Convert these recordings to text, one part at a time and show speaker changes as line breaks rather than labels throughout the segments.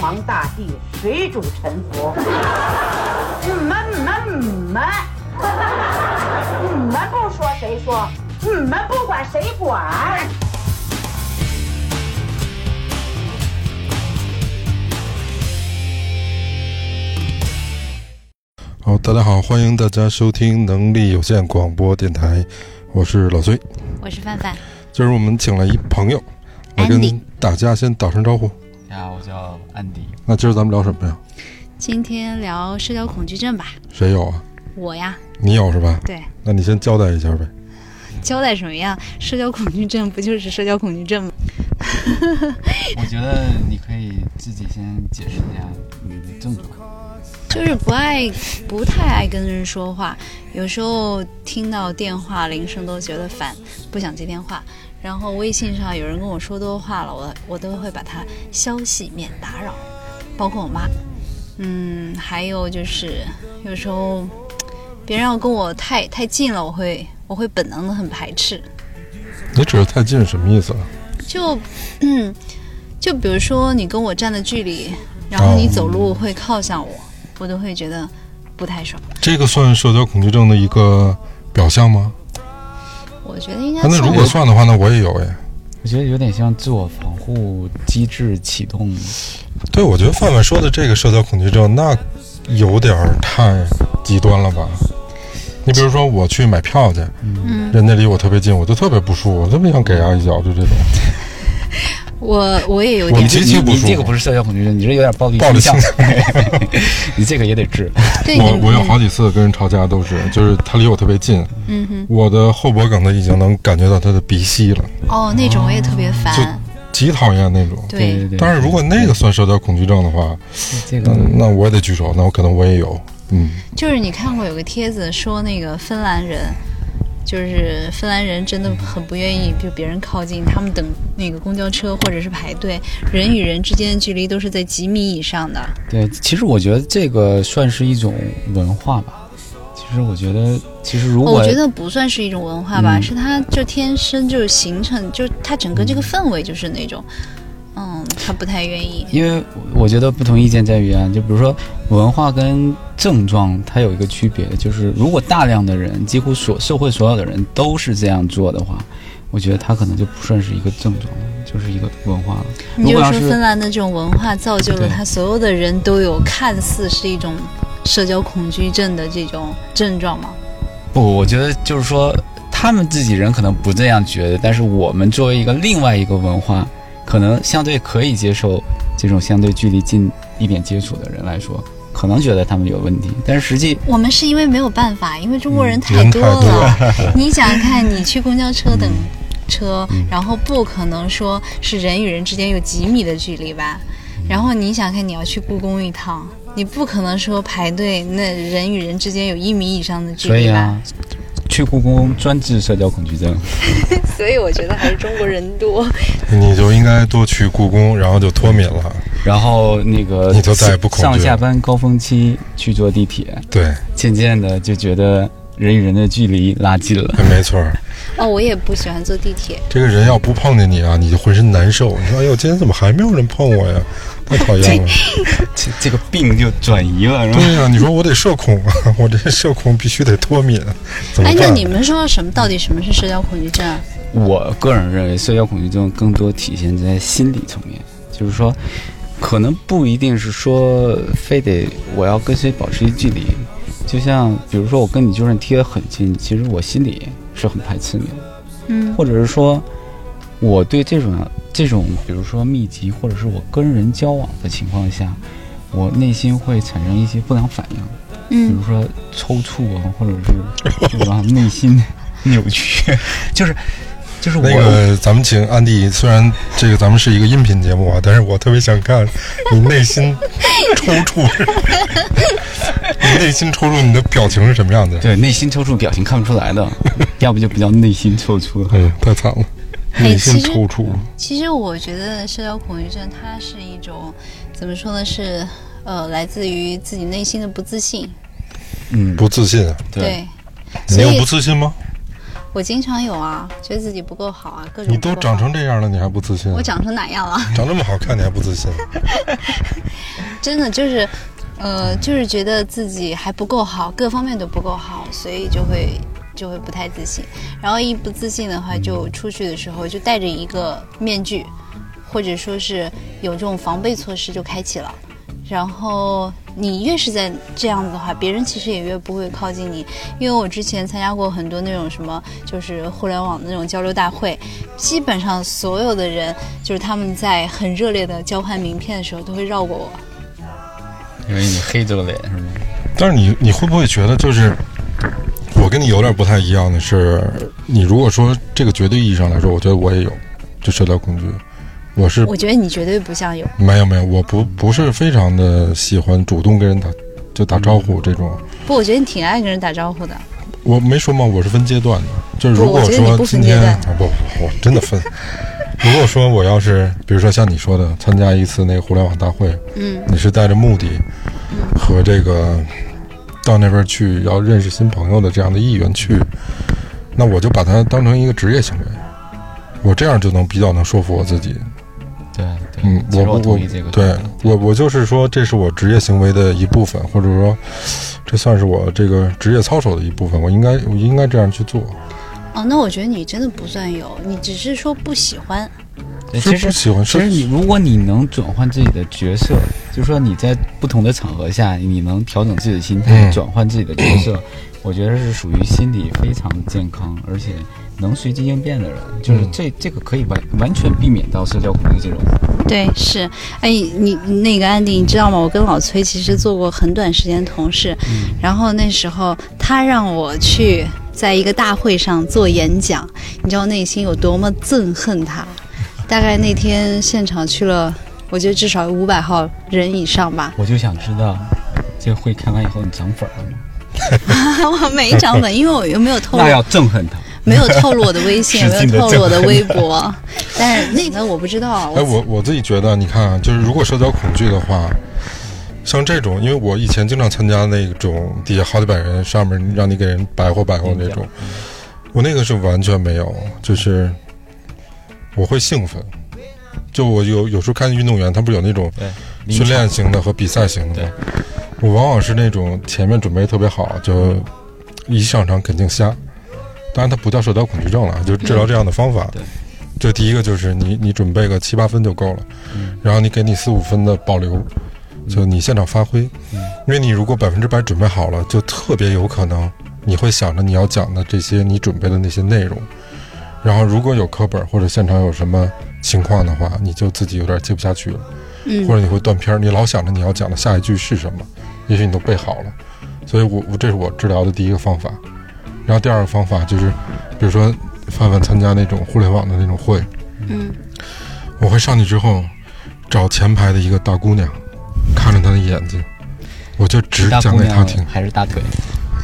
茫大地，水主沉浮。嗯们们们，你们嗯不说谁说？你们不管谁管？
好，大家好，欢迎大家收听能力有限广播电台，我是老崔。
我是范范，
今儿我们请了一朋友来跟
Andy
大家先打声招呼。
大家好，我叫安迪。
那今儿咱们聊什么呀？
今天聊社交恐惧症吧。
谁有啊？
我呀，
你有是吧？
对，
那你先交代一下呗。
交代什么呀？社交恐惧症不就是社交恐惧症吗？
我觉得你可以自己先解释一下你的症状。
就是不爱，不太爱跟人说话，有时候听到电话铃声都觉得烦，不想接电话。然后微信上有人跟我说多话了，我我都会把它消息免打扰，包括我妈。嗯，还有就是有时候别人要跟我太太近了，我会我会本能的很排斥。
你指的太近什么意思啊？
就嗯，就比如说你跟我站的距离，然
哦
后你走路会靠向我，我都会觉得不太爽。
这个算社交恐惧症的一个表象吗？
我觉得应该
啊那
呃算
如果算的话，那我也有哎。
我觉得有点像自我防护机制启动，
对，我觉得范范说的这个社交恐惧症，那有点儿太极端了吧？你比如说，我去买票去，
嗯，
人家离我特别近，我就特别不舒服，我特别想给啊人家一脚，就这种。
我我也有
我
点
极其不
你
舒服
你这个不是社交恐惧症，你这有点暴力
暴力
倾向。你这个也得治。
对
我
你
我有好几次跟人吵架都是，就是他离我特别近，
嗯哼
我的后脖梗子已经能感觉到他的鼻息了，
哦那种我也特别烦，
极讨厌那种。
对
对对。
但是如果那个算社交恐惧症的话，
这
那
个
那我也得举手，那我可能我也有，嗯，
就是你看过有个帖子说那个芬兰人，就是芬兰人真的很不愿意就别人靠近，他们等那个公交车或者是排队，人与人之间的距离都是在几米以上的。
对，其实我觉得这个算是一种文化吧。其实我觉得，其实如
哦我
果
觉得不算是一种文化吧，
嗯
是它就天生就是形成，就是它整个这个氛围就是那种，嗯，他不太愿意。
因为我觉得不同意见在于啊，就比如说文化跟症状，它有一个区别，就是如果大量的人，几乎所社会所有的人都是这样做的话，我觉得它可能就不算是一个症状了，就是一个文化了。
你就
如果
说
要是
芬兰的这种文化造就了
对
他所有的人都有看似是一种社交恐惧症的这种症状吗？
不，我觉得就是说，他们自己人可能不这样觉得，但是我们作为一个另外一个文化，可能相对可以接受这种相对距离近一点接触的人来说，可能觉得他们有问题，但是实际
我们是因为没有办法，因为中国人太
人
多
太多
了。你想想看，你去公交车等车，然后不可能说是人与人之间有几米的距离吧？然后你想看，你要去故宫一趟，你不可能说排队，那人与人之间有一米以上的距
所以
离吧？
啊，去故宫专治社交恐惧症。
所以我觉得还是中国人多。
你就应该多去故宫，然后就脱敏了。
然后那个
你就再也不恐惧了
上下班高峰期去坐地铁，
对，
渐渐的就觉得人与人的距离拉近了。
没错儿，
哦，我也不喜欢坐地铁，
这个人要不碰见你啊，你就浑身难受。你说，哎呦，今天怎么还没有人碰 我呀？太讨厌了。
这这个病就转移了，是吧？
对呀、你说我得社恐啊， 我这社恐必须得脱敏，怎么
哎，那
办？
你们说什么？到底什么是社交恐惧症啊？
我个人认为，社交恐惧症更多体现在心理层面，就是说，可能不一定是说非得我要跟谁保持一距离。就像比如说，我跟你就算贴得很近，其实我心里是很排斥你的。
嗯
或者是说，我对这种这种，比如说密集，或者是我跟人交往的情况下，我内心会产生一些不良反应，比
嗯
如，说抽搿啊，或者是对吧，内心 扭曲，就是就是我、
那个，咱们请安迪。虽然这个咱们是一个音频节目啊，但是我特别想看 你内心 抽搐， 你内心抽搐，你的表情是什么样的？
对内心抽搐，表情看不出 来的，要不就不叫内心抽搐。
嗯，太惨了，
哎
内心
其实
抽搐。
其实我觉得社交恐惧症它是一种怎么说呢？是呃，来自于自己内心的不自信。
嗯，
不自信啊？
对，
你
所
有
以
不自信吗？
我经常有啊，觉得自己不够好啊，各种
你都
不够好
长成这样了，你还不自信？啊
我长成哪样了？
长这么好看，你还不自信？
真的就是，呃，就是觉得自己还不够好，各方面都不够好，所以就会就会不太自信。然后一不自信的话，就出去的时候就戴着一个面具，或者说是有这种防备措施就开启了。然后你越是在这样子的话，别人其实也越不会靠近你。因为我之前参加过很多那种什么，就是互联网的那种交流大会，基本上所有的人，就是他们在很热烈的交换名片的时候，都会绕过我。
因为你黑着脸是吗？
但是你你会不会觉得，就是我跟你有点不太一样的是，你如果说这个绝对意义上来说，我觉得我也有就社交恐惧，我是
我觉得你绝对不像有，
没有没有，我不不是非常的喜欢主动跟人打就打招呼这种。
不，我觉得你挺爱跟人打招呼的。
我没说嘛，我是分阶段的，就是
不
如果
我觉得你
说
不
今
分
天
阶段
啊不，我真的 分。如果说我要是，比如说像你说的，参加一次那个互联网大会，
嗯，
你是带着目的和这个到那边去要认识新朋友的这样的意愿去，那我就把它当成一个职业行为，我这样就能比较能说服我自己。
对对，
嗯，
其
我
实
不
我同意
我
这个。
对我我就是说，这是我职业行为的一部分，或者说，这算是我这个职业操守的一部分。我应该我应该这样去做。
哦，那我觉得你真的不算有，你只是说不喜欢。
对
是
其实
不喜欢
其实
是
你如果你能转换自己的角色，就是说你在不同的场合下，你能调整自己的心态，
嗯
转换自己的角 色，我觉得是属于心理非常健康，而且能随机应变的人，就是
嗯
这这个可以完完全避免到社交恐惧这种。
对，是，哎，你你那个安迪，你知道吗？我跟老崔其实做过很短时间同事，
嗯
然后那时候他让我去在一个大会上做演讲，你知道内心有多么憎恨他。大概那天现场去了，我觉得至少五百号人以上吧。
我就想知道，这会看完以后你涨粉了吗？
我没涨粉，因为我又没有
哦
透露
那要憎恨他。
没有透露我的微 信，
使
没
劲地
有透露我的微博，但是那个我不知道。
哎，我我自己觉得，你看啊，就是如果社交恐惧的话，像这种，因为我以前经常参加那种底下好几百人，上面让你给人白活白活那种，
嗯
我那个是完全没有，就是我会兴奋。就我有有时候看运动员，他不是有那种
对，临
训
场
练型的和比赛型的吗？我往往是那种前面准备特别好，就一上场肯定瞎。当然，它不叫社交恐惧症了，就治疗这样的方法。
对，
这第一个就是你你准备个七八分就够了，
嗯
然后你给你四五分的保留，就你现场发挥。
嗯
因为你如果百分之百准备好了，就特别有可能你会想着你要讲的这些你准备的那些内容。然后如果有课本或者现场有什么情况的话，你就自己有点接不下去了。
嗯
或，者你会断片儿，你老想着你要讲的下一句是什么，也许你都背好了。所以我我这是我治疗的第一个方法，然后第二个方法就是，比如说范范参加那种互联网的那种会，
嗯，
我会上去之后找前排的一个大姑娘，看着她的眼睛，我就只
大
讲
姑
给她
娘
听。
还是大腿？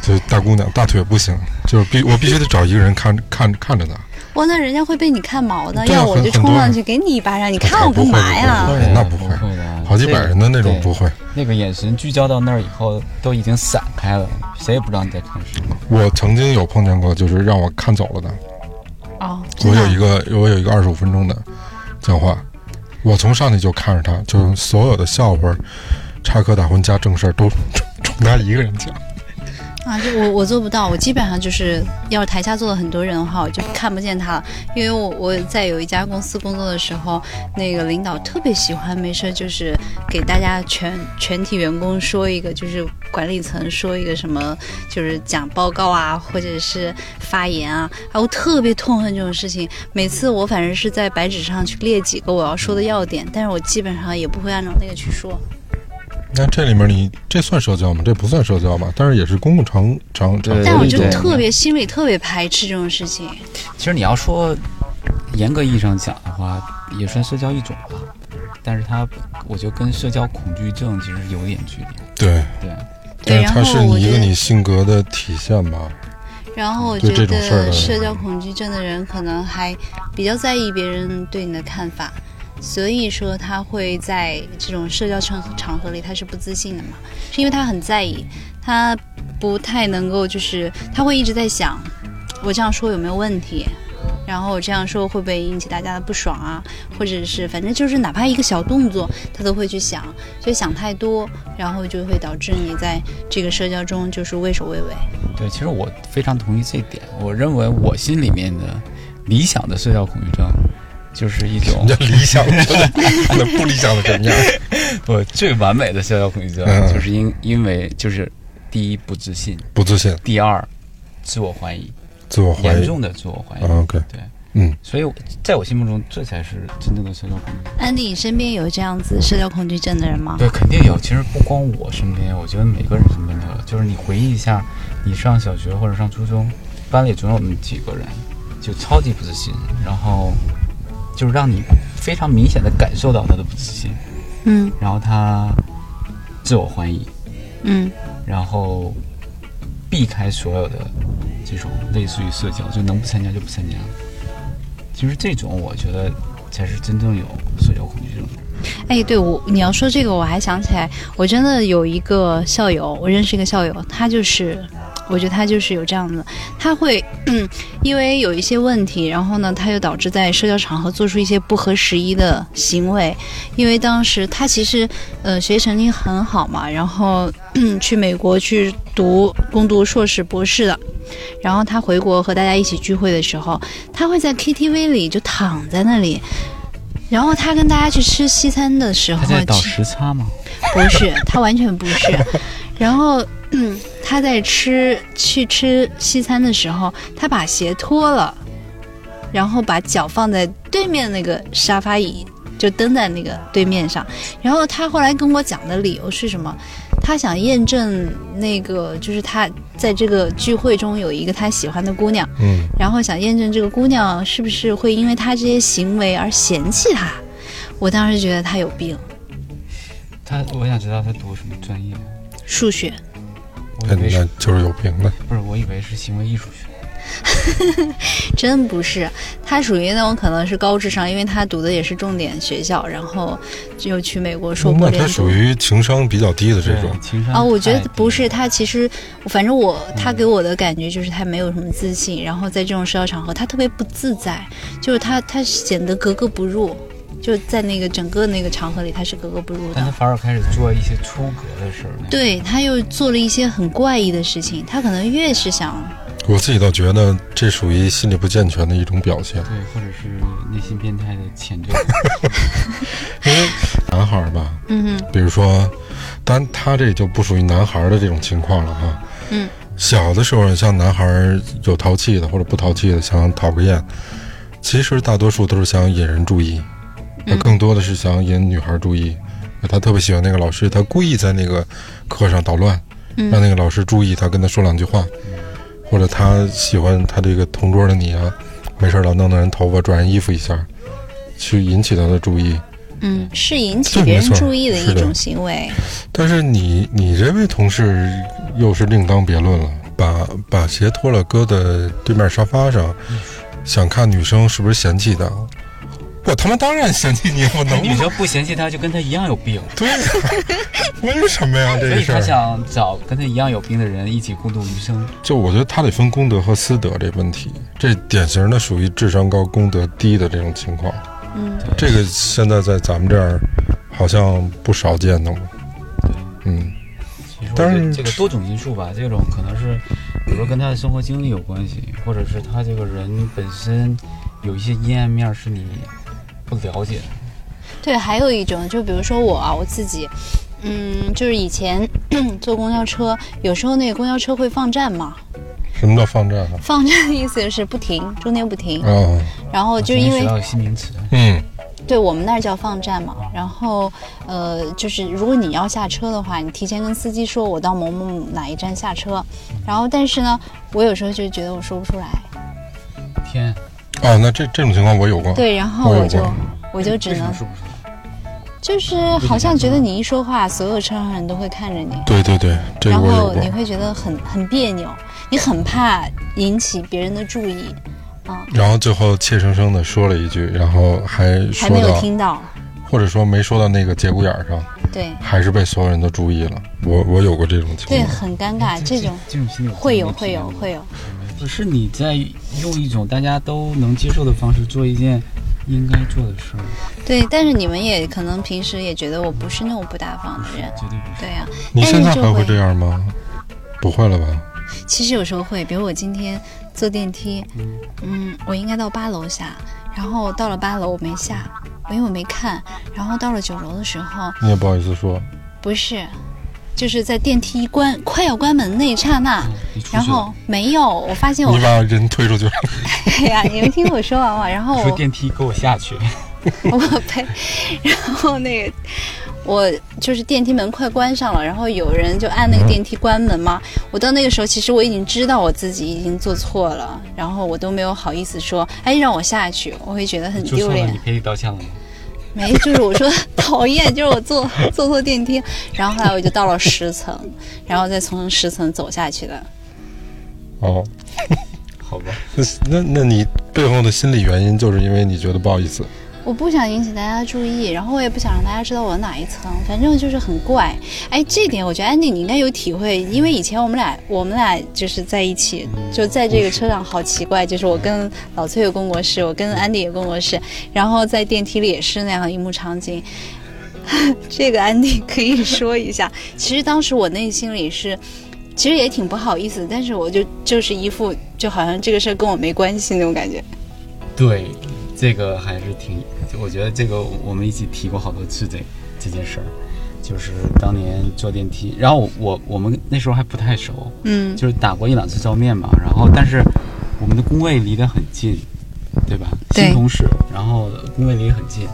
就是大姑娘大腿不行，就是必我必须得找一个人看看看着她。
哇，那人家会被你看毛的，
对啊
要我
很
就
很
冲
多
上
人
去给你一巴掌，你
不
看我
不会
干嘛呀
不？会那不会
会的，
好几百人的那种
对
不会，
那个眼神聚焦到那儿以后，都已经散开了，谁也不知道你在看什么。
我曾经有碰见过，就是让我看走了的。
哦，真
我
的
有一
啊，
个我有一个二十五分钟的讲话，我从上去就看着他，就是所有的笑话、插科打诨加正事儿都 冲他一个人讲。
啊，这我我做不到，我基本上就是要是台下坐了很多人的话，我就看不见他了，因为我我在有一家公司工作的时候，那个领导特别喜欢没事儿就是给大家全全体员工说一个，就是管理层说一个什么，就是讲报告啊，或者是发言啊，啊，我特别痛恨这种事情。每次我反正是在白纸上去列几个我要说的要点，但是我基本上也不会按照那个去说。
那这里面你这算社交吗？这不算社交吧？但是也是公共场场场
对
但
合
我
一
就
种
特别心里特别排斥这种事情。
其实你要说严格意义上讲的话，也算社交一种吧，但是它我觉得跟社交恐惧症其实有点距离。
对，
对，
对，
但是
然后
它是
我
你
觉
一
得
个你性格的体现吧？
然后我
对
觉
这种事儿
得
的
社交恐惧症的人可能还比较在意别人对你的看法，所以说他会在这种社交场场合里他是不自信的嘛，是因为他很在意，他不太能够就是他会一直在想，我这样说有没有问题？然后我这样说会不会引起大家的不爽啊？或者是反正就是哪怕一个小动作，他都会去想，所以想太多，然后就会导致你在这个社交中就是畏首畏尾。
对，其实我非常同意这一点。我认为我心里面的理想的社交恐惧症，就是一种
你 这理想的，那不理想的什么样？
不最完美的社交恐惧症，
嗯
就是因因为就是第一不自信，
不自信，
第二自我怀疑，
自我怀
严
疑。
重的自我怀疑。
啊 OK，
对，
嗯，
所以我在我心目中，这才是真正的社交恐惧症。
安迪，你身边有这样子社交恐惧症的人吗？
对，肯定有。其实不光我身边，我觉得每个人身边都有。就是你回忆一下，你上小学或者上初中，班里总有那么几个人，就超级不自信，然后就让你非常明显的感受到他的不自信，
嗯
然后他自我怀疑，
嗯
然后避开所有的这种类似于社交，就能不参加就不参加。其实这种我觉得才是真正有社交恐惧症。
哎，对我你要说这个，我还想起来，我真的有一个校友，我认识一个校友，他就是，我觉得他就是有这样的，他会， 嗯，因为有一些问题，然后呢，他又导致在社交场合做出一些不合时宜的行为，因为当时他其实，呃，学习成绩很好嘛，然后、 嗯、去美国去读攻读硕士博士的。然后他回国和大家一起聚会的时候，他会在 KTV 里就躺在那里，然后他跟大家去吃西餐的时候
他，在倒
其
时差吗？
不是，他完全不是。然后， 嗯，他在吃去吃西餐的时候，他把鞋脱了，然后把脚放在对面那个沙发椅，就蹬在那个对面上。然后他后来跟我讲的理由是什么？他想验证那个，就是他在这个聚会中有一个他喜欢的姑娘，
嗯，
然后想验证这个姑娘是不是会因为他这些行为而嫌弃他。我当时觉得他有病，
他，我想知道他读什么专业。
数学。
我
那
以为
那
是
就是有病的。
不是？我以为是行为艺术学。
真不是，他属于那种可能是高智商，因为他读的也是重点学校，然后又去美国硕
那
博连
他
读。
属于情商比较低的这种
对。情商
啊、我觉
太
得
低
不
了
是，他其实，反正我他给我的感觉就是他没有什么自信，然后在这种社交场合他特别不自在，就是他他显得格格不入，就在那个整个那个场合里他是格格不入
嗯
但
的。
他反而开始做一些出格的事儿。，
对，他又做了一些很怪异的事情，他可能越是想，
我自己倒觉得这属于心理不健全的一种表现。
对，或者是内心变态的前 缀。
男孩儿吧，
嗯
比如说，但他这就不属于男孩儿的这种情况了哈。
嗯，
小的时候像男孩儿有淘气的或者不淘气的，想讨个厌，其实大多数都是想引人注意，
嗯
那更多的是想引女孩儿注意。他特别喜欢那个老师，他故意在那个课上捣乱，
嗯
让那个老师注意他，跟他说两句话，或者他喜欢他这个同桌的你啊，没事儿老弄弄人头发，转人衣服一下，去引起他的注意。
嗯，是引起
这没
别人
错
注意的
是
一
的
种行为。
但是你你这位同事又是另当别论了，把把鞋脱了搁在对面沙发上，想看女生是不是嫌弃他。我他妈当然嫌弃你，我能
女生不嫌弃他，就跟他一样有病。
对 呀、为什么呀？这
所
个
以
事
他
儿，
想找跟他一样有病的人一起共度余生。
就我觉得他得分功德和私德这问题，这典型的属于智商高、功德低的这种情况。
嗯，
这个现在在咱们这儿好像不少见的了。嗯，
其实我
但
觉得
是
这个多种因素吧，这种可能是，比如说跟他的生活经历有关系，或者是他这个人本身有一些阴暗面是你不了解的。
对，还有一种就比如说我啊，我自己，嗯，就是以前 坐公交车，有时候那个公交车会放站嘛，
什么叫放站啊？
放站的意思就是不停，中间不停
嗯
啊、，
然后就因
学
为
到新名词，
嗯，
对我们那儿叫放站嘛，然后呃，就是如果你要下车的话，你提前跟司机说我到某某某哪一站下车，然后但是呢，我有时候就觉得我说不出来，
天，
哦，那这这种情况我有过。
对，然后
我有
我就
过
我就只
为什
能
么说不出来？
就是好像觉得你一说话，所有车上人都会看着你。
对对对，这个
然
我有
后
过
你。会觉得很很别扭，你很怕引起别人的注意，啊、
然后最后怯生生的说了一句，然后还
还
说
没有
到，
听到，
或者说没说到那个节骨眼儿上，
对
还是被所有人都注意了。我我有过这种情
对，
况。
很尴尬，这种
这种心理
会有会有会有，
可是你在用一种大家都能接受的方式做一件应该做的事儿，
对，但是你们也可能平时也觉得我不是那种不大方的人，
绝对不是。
对啊呀、
你
但是
现在
哎就
还会
会
这样吗？不会了吧？
其实有时候会，比如我今天坐电梯，嗯，我应该到八楼下，然后到了八楼我没下，因为我没看，然后到了九楼的时候，
你也不好意思说，
不是，就是在电梯关快要关门那一刹那，
你出去
然后没有，我发现我
你把人推出去了。
对哎呀、你没听我说完嘛，然后
说
我
电梯给我下去，
我呸，然后那个我就是电梯门快关上了，然后有人就按那
嗯
个电梯关门嘛。我到那个时候，其实我已经知道我自己已经做错了，然后我都没有好意思说，哎，让我下去，我会觉 得很
就
丢
说了
脸
你。赔礼道歉了吗？
没，就是我说 讨厌，就是我坐坐错电梯，然后后来我就到了十层，然后再从十层走下去的。
哦，
好吧，
那那那你背后的心理原因就是因为你觉得不好意思。
我不想引起大家注意，然后我也不想让大家知道我哪一层，反正就是很怪。哎，这点我觉得安迪你应该有体会，因为以前我们俩我们俩就是在一起，就在这个车上好奇怪，就是我跟老崔也共过事，我跟安迪也共过事，然后在电梯里也是那样一幕场景。 这个安迪可以说一下，其实当时我内心里是。其实也挺不好意思，但是我就就是一副就好像这个事儿跟我没关系那种感觉。
对，这个还是挺，我觉得这个我们一起提过好多次这这件事儿，就是当年坐电梯，然后我我我们那时候还不太熟，
嗯，
就是打过一两次照面吧，然后但是我们的工位离得很近，对吧？
对
新同事，然后工位离得很近。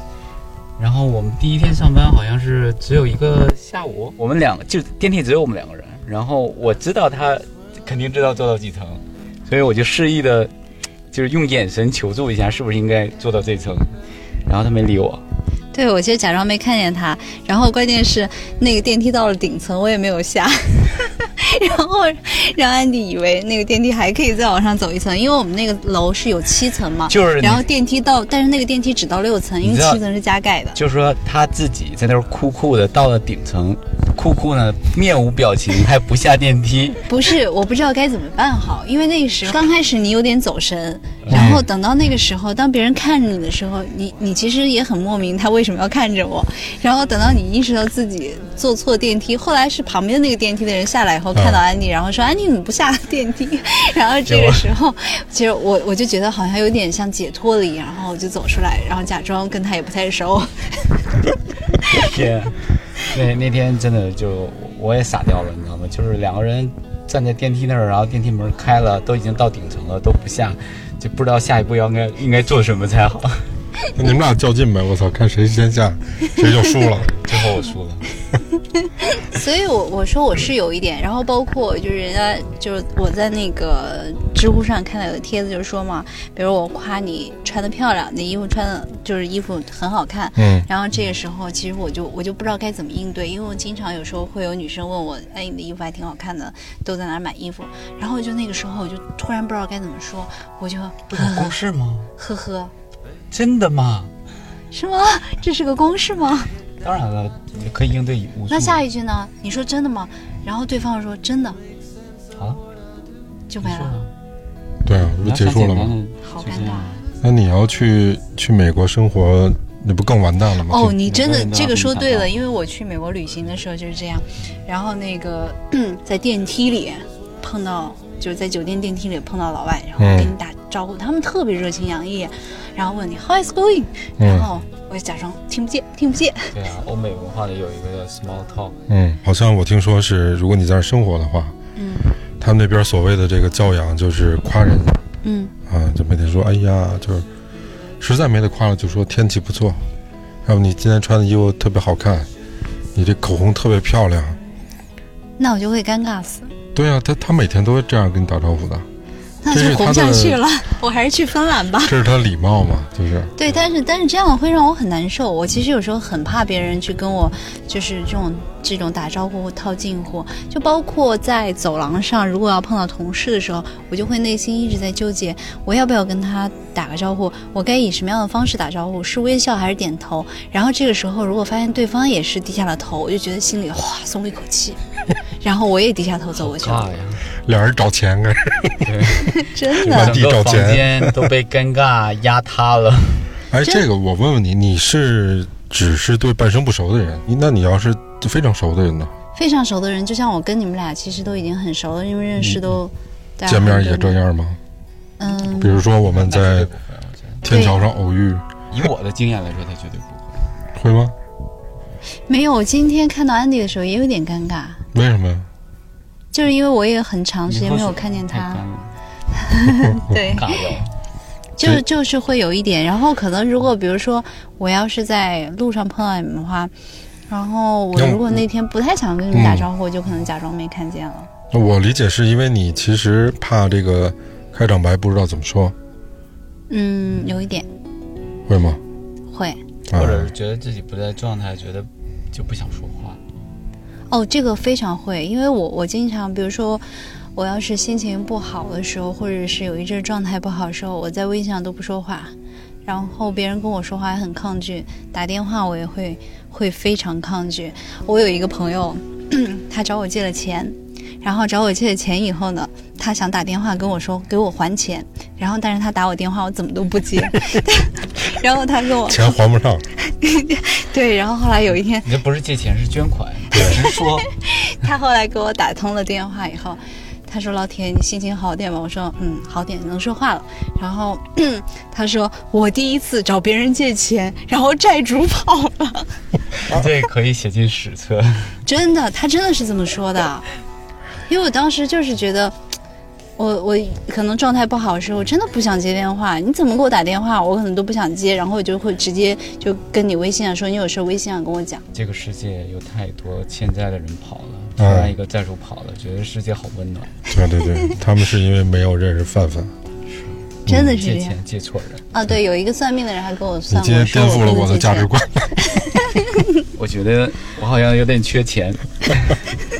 然后我们第一天上班好像是只有一个下午，我们两个就电梯只有我们两个人。然后我知道他肯定知道坐到几层，所以我就示意的，就是用眼神求助一下，是不是应该坐到这层？然后他没理我，
对，我就假装没看见他，然后关键是那个电梯到了顶层，我也没有下， 然后让安迪以为那个电梯还可以再往上走一层，因为我们那个楼是有七层嘛，
就是你
然后电梯到，但是那个电梯只到六层，因为
你知道
七层是加盖的，
就说他自己在那儿酷酷的到了顶层，酷酷呢面无表情，还不下电梯。
不是，我不知道该怎么办好，因为那个时候刚开始你有点走神，然后等到那个时候，当别人看着你的时候，你你其实也很莫名他为什么要看着我，然后等到你意识到自己坐错电梯，后来是旁边那个电梯的人下来以后看到安妮，然后说安妮你不下电梯， 然后这个时候，其实我我就觉得好像有点像解脱了一样，然后我就走出来，然后假装跟他也不太熟，
天， 那那天真的就我也傻掉了，你知道吗？就是两个人站在电梯那儿，然后电梯门开了，都已经到顶层了，都不下，就不知道下一步要应该应该做什么才好。
那你们俩较劲呗，我操，看谁先下，谁就输 了。
最后我输了，
所以我我说我是有一点，然后包括就是人家就是我在那个知乎上看到有个帖子，就是说嘛，比如我夸你穿的漂亮，你衣服穿的就是衣服很好看，
嗯，
然后这个时候其实我就我就不知道该怎么应对，因为我经常有时候会有女生问我，哎，你的衣服还挺好看的，都在哪儿买衣服？然后就那个时候我就突然不知道该怎么说，我就
不是
呃
公式吗？
呵呵，
真的吗？
是吗？这是个公式吗？
当然了，可以应对无数。
那下一句呢？你说真的吗？然后对方说真的，
好了，
就没
结束
了，
了，
对啊，不结束了吗？
吗？
好
就
尴
这
尬
样。。
那你要去去美国生活，那不更完蛋了吗？
哦，你真的
人都要
这个说对
跟
了，
你
因为我去美国旅行的时候就是这样，然后那个在电梯里碰到，就是在酒店电梯里碰到老外，然后
嗯
跟你打招呼，他们特别热情洋溢，然后问你 How is going，
嗯
然后我就假装听不见，听不见，
对啊，欧美文化里有一个叫 small talk，
嗯，好像我听说是，如果你在那儿生活的话，
嗯
他们那边所谓的这个教养就是夸人
嗯，
啊，就每天说，哎呀，就是实在没得夸了，就说天气不错，要不你今天穿的衣服特别好看，你这口红特别漂亮。
那我就会尴尬死，
对啊，他他每天都会这样跟你打招呼的，
那
这是
就活
他
不下
的
去了，我还是去芬兰吧。
这是他礼貌嘛，就是
对，但是但是这样会让我很难受。我其实有时候很怕别人去跟我，就是这种这种打招呼、套近乎，就包括在走廊上，如果要碰到同事的时候，我就会内心一直在纠结，我要不要跟他打个招呼？我该以什么样的方式打招呼？是微笑还是点头？然后这个时候，如果发现对方也 是低下了头，我就觉得心里哗松了一口气，然后我也低下头走过去了。
呀，
俩人找钱开始，
真
把
的
地
整
找
个房
钱
间都被尴尬压塌了。
哎，
真
这个我问问你，你是只是对半生不熟的人，那你要是非常熟的人呢？
非常熟的人，就像我跟你们俩其实都已经很熟了，因为认识都大家
嗯见面
很多
也这
年。
样吗？
嗯，
比如说我 们
那绝对
在
不会我觉得
天桥上偶遇，
以我的经验来说，他绝对不会。
会吗？
没有。我今天看到安迪的时候也有点尴尬，
为什么呀？
就是因为我也很长时
你
间
喝
没有
水
看见
太
他
干。了
对，
尬聊，
就是就是会有一点，然后可能如果比如说我要是在路上碰到你们的话，然后我
那我
如果那天不太想跟你
嗯
们打招呼，我就可能假装没看见了。
我理解是因为你其实怕这个开场白不知道怎么说，
嗯，有一点
会吗？
会
啊
嗯
或，者是觉得自己不在状态，觉得就不想说话。
哦，这个非常会，因为我我经常比如说。我要是心情不好的时候，或者是有一阵儿状态不好的时候，我在微信上都不说话，然后别人跟我说话还很抗拒，打电话我也会会非常抗拒。我有一个朋友， 他找我借了钱，然后找我借了钱以后呢，他想打电话跟我说给我还钱，然后但是他打我电话我怎么都不接， 然后他跟我
钱还不上，
对，然后后来有一天
你这不是借钱，是捐款，直说。
他后来给我打通了电话以后，他说：“老铁，你心情好点吗？”我说：“嗯，好点，能说话了。”然后 他说：“我第一次找别人借钱，然后债主跑了。
这可以写进史册。”
真的，他真的是这么说的。因为我当时就是觉得，我我可能状态不好的时候，我真的不想接电话。你怎么给我打电话，我可能都不想接，然后我就会直接就跟你微信啊上说，你有时候微信上跟我讲。
这个世界有太多欠债的人跑了，
嗯
突然一个债主跑了，觉得世界好温暖。
对对对，他们是因为没有认识范范，
真的是这
借
样
钱借错人，
啊！对，有一个算命的人还跟我
你
算
今
过，
天
说
颠覆了
不能
我的
借
价值
钱
观。
我觉得我好像有点缺 钱，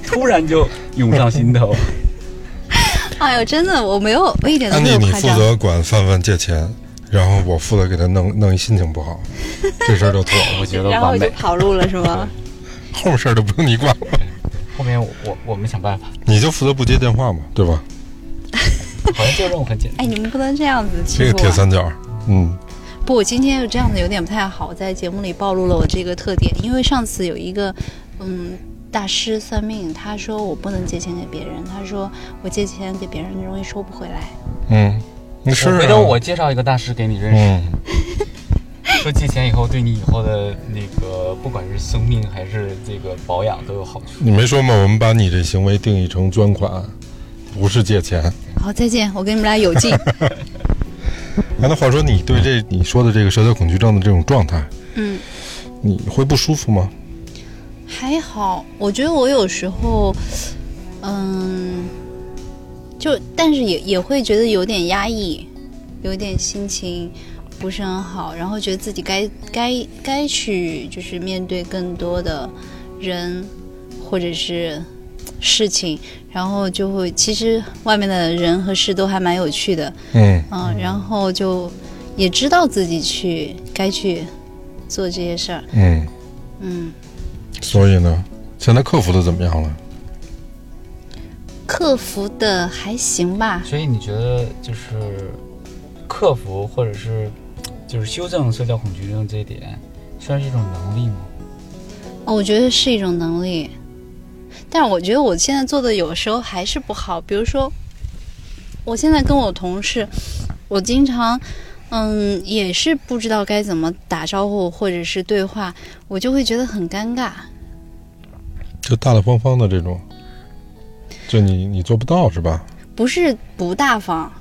突然就涌上心头。
哎呦，真的，我没有，我一点都
安
没
妮，
有
你
夸
负
张。
责管范范借钱，然后我负责给他弄弄一心情不好，这事儿就妥了，
我觉得
然后
完
我就
美。
跑路了，是吗？
嗯后面事儿都不用你管了，
后面我我我们想办法，
你就负责不接电话嘛，对吧？
好像就任务很简单。
哎，你们不能这样子欺
这个
负
铁
我。
三角，嗯，
不，我今天这样子有点不太好，在节目里暴露了我这个特点，因为上次有一个，嗯。大师算命，他说我不能借钱给别人，他说我借钱给别人容易收不回来。
嗯，你试试、啊。
回头我介绍一个大师给你认识，
嗯，
说借钱以后对你以后的那个，不管是生命还是这个保养都有好处。
你没说吗？我们把你这行为定义成捐款，不是借钱。
好，再见，我跟你们俩有劲。
哎，那话说，你对这你说的这个社交恐惧症的这种状态，
嗯，
你会不舒服吗？
还好，我觉得我有时候，嗯，就但是也也会觉得有点压抑，有点心情不是很好，然后觉得自己该该该去就是面对更多的人或者是事情，然后就会其实外面的人和事都还蛮有趣的，
嗯，
嗯，然后就也知道自己去该去做这些事儿，
嗯，
嗯。
所以呢，现在克服的怎么样了？
克服的还行吧，
所以你觉得就是克服或者是就是修正社交恐惧症这一点，算是一种能力吗？
哦，我觉得是一种能力，但是我觉得我现在做的有时候还是不好。比如说，我现在跟我同事，我经常，嗯，也是不知道该怎么打招呼或者是对话，我就会觉得很尴尬。
就大大方方的这种，就你你做不到是吧？
不是不大方，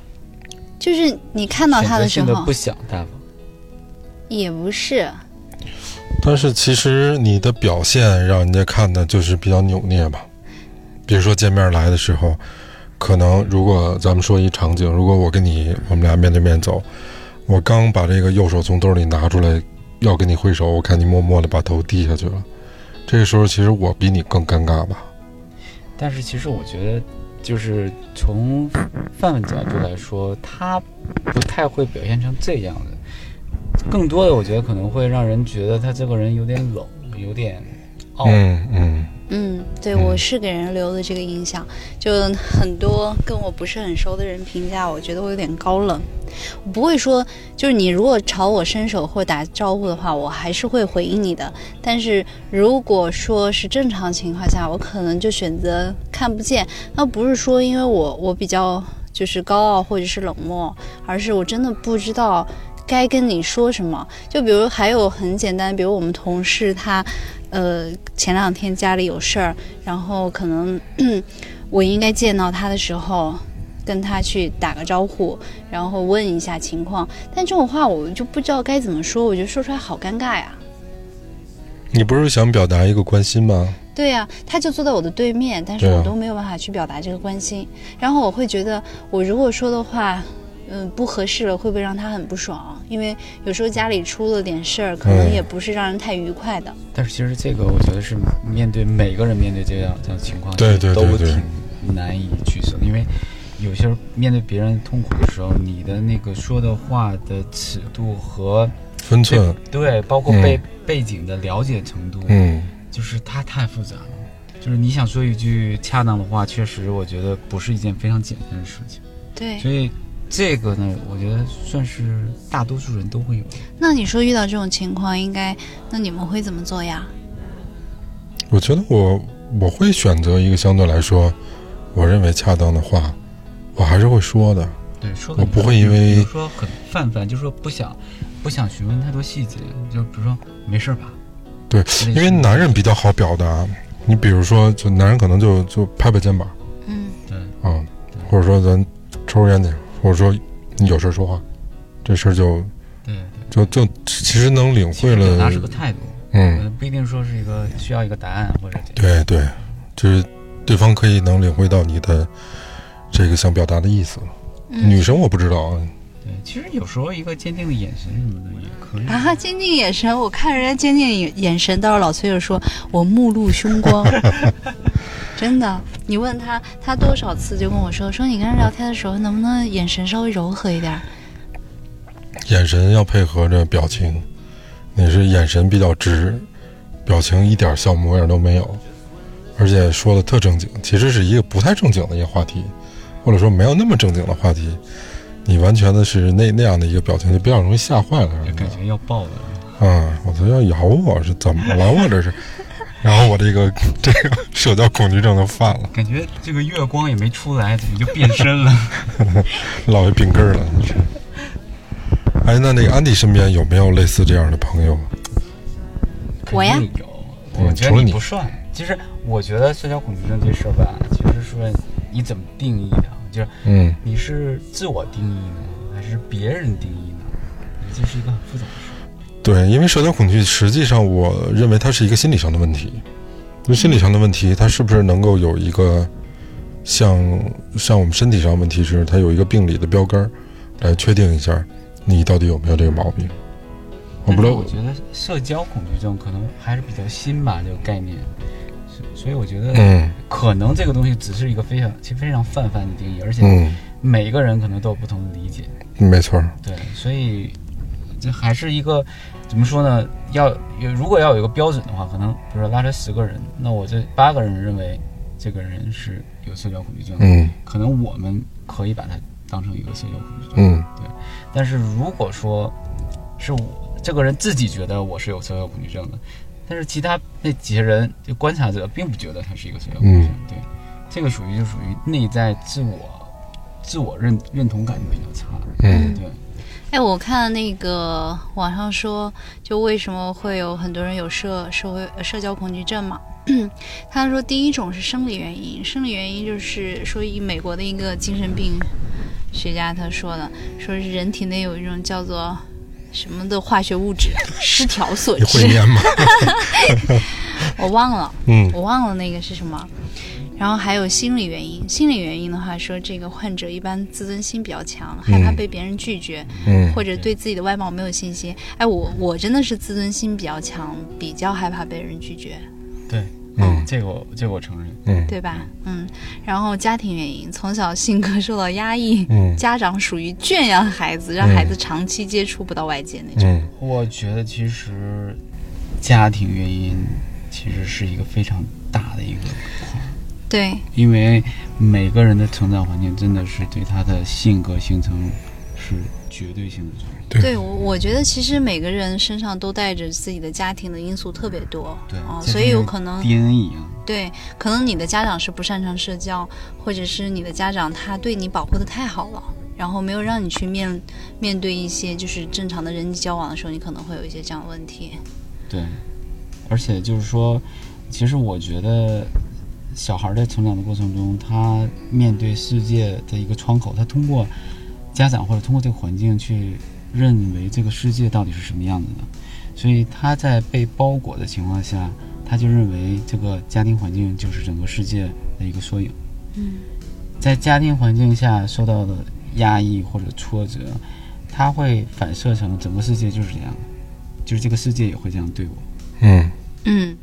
就是你看到
选
他
择
的时
性的
候
不，想大方，
也不是，
但是其实你的表现让人家看的就是比较扭捏吧。比如说见面来的时候，可能如果咱们说一场景，如果我跟你我们俩面对面走，我刚把这个右手从兜里拿出来要跟你挥手，我看你默默的把头低下去了，这个时候其实我比你更尴尬吧？
但是其实我觉得，就是从范范角度来说，他不太会表现成这样的。更多的，我觉得可能会让人觉得他这个人有点冷，有点傲。
嗯嗯，
嗯，对，我是给人留的这个印象，就很多跟我不是很熟的人评价，我觉得我有点高冷，我不会说，就是你如果朝我伸手或打招呼的话，我还是会回应你的。但是如果说是正常情况下，我可能就选择看不见。那不是说因为我我比较就是高傲或者是冷漠，而是我真的不知道该跟你说什么。就比如还有很简单，比如我们同事他。呃，前两天家里有事儿，然后可能 我应该见到他的时候，跟他去打个招呼，然后问一下情况。但这种话我就不知道该怎么说，我觉得说出来好尴尬呀。
你不是想表达一个关心吗？
对呀、他就坐在我的对面，但是
对啊
我都没有办法去表达这个关心。然后我会觉得，我如果说的话，嗯，不合适了，会不会让他很不爽？因为有时候家里出了点事儿，可能
嗯
也不是让人太愉快的。
但是其实这个我觉得是面对每个人面对这样这样情况，
对对
都
对对
挺难以取舍的，因为有些人面对别人痛苦的时候，你的那个说的话的尺度和
分寸，
对，包括
嗯
背、背景的了解程度，
嗯，
就是它太复杂了。就是你想说一句恰当的话，确实我觉得不是一件非常简单的事情。
对，
所以这个呢，我觉得算是大多数人都会有的。
那你说遇到这种情况，应该那你们会怎么做呀？
我觉得我我会选择一个相对来说我认为恰当的话，我还是会说的。
对，说
我不会因为
比如说很泛泛，就是说不想不想询问太多细节，就比如说没事儿吧。
对，
类
因
似
为男人比较好表达，你比如说，就男人可能就就拍拍肩膀
嗯，
啊，或者说咱抽根烟去，或者说你有事儿说话，这事儿就
对
就就其实能领
其
会
实表达
了
是，个态度，
嗯，
呃不一定说是一个需要一个答案或者这
对
样。
对，就是对方可以能领会到你的这个想表达的意思。
嗯
女生我不知道啊，
对，其实有时候一个坚定的眼神什么的也可以。
啊，坚定眼神，我看人家坚定眼眼神，到时候老崔就说我目露凶光，真的。你问他，他多少次就跟我说，说你跟人聊天的时候能不能眼神稍微柔和一点儿？
眼神要配合着表情，你是眼神比较直，表情一点笑模样都没有，而且说的特正经，其实是一个不太正经的一个话题，或者说没有那么正经的话题，你完全的是那那样的一个表情，就比较容易吓坏了
就
人家
感觉要爆了，
啊！我都要咬我是怎么了？我这是，然后我这个这个 社交恐惧症就犯了，
感觉这个月光也没出来，怎么就变身了？
落一病根儿了。你是哎，那那个安迪身边有没有类似这样的朋友？
我呀
肯定有，
嗯
我觉
除
得
了
你
你
不算。其实我觉得社交恐惧症这事儿吧，其实是问你怎么定义它，就是
嗯，
你是自我定义呢，还是别人定义呢？这是一个很复杂的事儿。
对，因为社交恐惧，实际上我认为它是一个心理上的问题。就心理上的问题，它是不是能够有一个像像我们身体上的问题是，它有一个病理的标杆儿来确定一下你到底有没有这个毛病？我不知
但是
道
我，觉得社交恐惧症可能还是比较新吧，这个概念。所所以我觉得，
嗯
可能这个东西只是一个非常其实非常泛泛的定义，而且
嗯，
每个人可能都有不同的理解。
没错儿，
对，所以这还是一个怎么说呢？要有如果要有一个标准的话，可能比如说拉出来十个人，那我这八个人认为这个人是有社交恐惧症的，
嗯
可能我们可以把它当成一个社交恐惧症。
嗯
但是如果说是我这个人自己觉得我是有社交恐惧症的，但是其他那几些人就观察者并不觉得他是一个社交恐
嗯
惧症，对，这个属于就属于内在自我自我认认同感比较差，
嗯
对。
哎，我看那个网上说，就为什么会有很多人有社社会呃社交恐惧症嘛？ 他说第一种是生理原因，生理原因就是说以美国的一个精神病学家他说的，说是人体内有一种叫做什么的化学物质失调所
你会
致，
念吗？
我忘了。
嗯
我忘了那个是什么。然后还有心理原因，心理原因的话说，这个患者一般自尊心比较强，害怕
嗯
被别人拒绝，
嗯
或者对自己的外貌没有信心。哎，我我真的是自尊心比较强，比较害怕被人拒绝，
对，哦
嗯
这个我这个我承认。
嗯
对吧？嗯。然后家庭原因，从小性格受到压抑，
嗯
家长属于圈养孩子，让孩子长期接触不到外界那种。
嗯
我觉得其实家庭原因其实是一个非常大的一个块儿，
对，
因为每个人的成长环境真的是对他的性格形成是绝对性的作用。
对
对我我觉得其实每个人身上都带着自己的家庭的因素特别多，
对
哦，
这
所以
跟
有可能
DNA 一样。
对，可能你的家长是不擅长社交，或者是你的家长他对你保护的太好了，然后没有让你去面面对一些就是正常的人际交往的时候，你可能会有一些这样的问题。
对，而且就是说，其实我觉得小孩儿在成长的过程中，他面对世界的一个窗口，他通过家长或者通过这个环境去认为这个世界到底是什么样子的，所以他在被包裹的情况下，他就认为这个家庭环境就是整个世界的一个缩影。
嗯，
在家庭环境下受到的压抑或者挫折，他会反射成整个世界就是这样的，就是这个世界也会这样对我。
嗯，
嗯，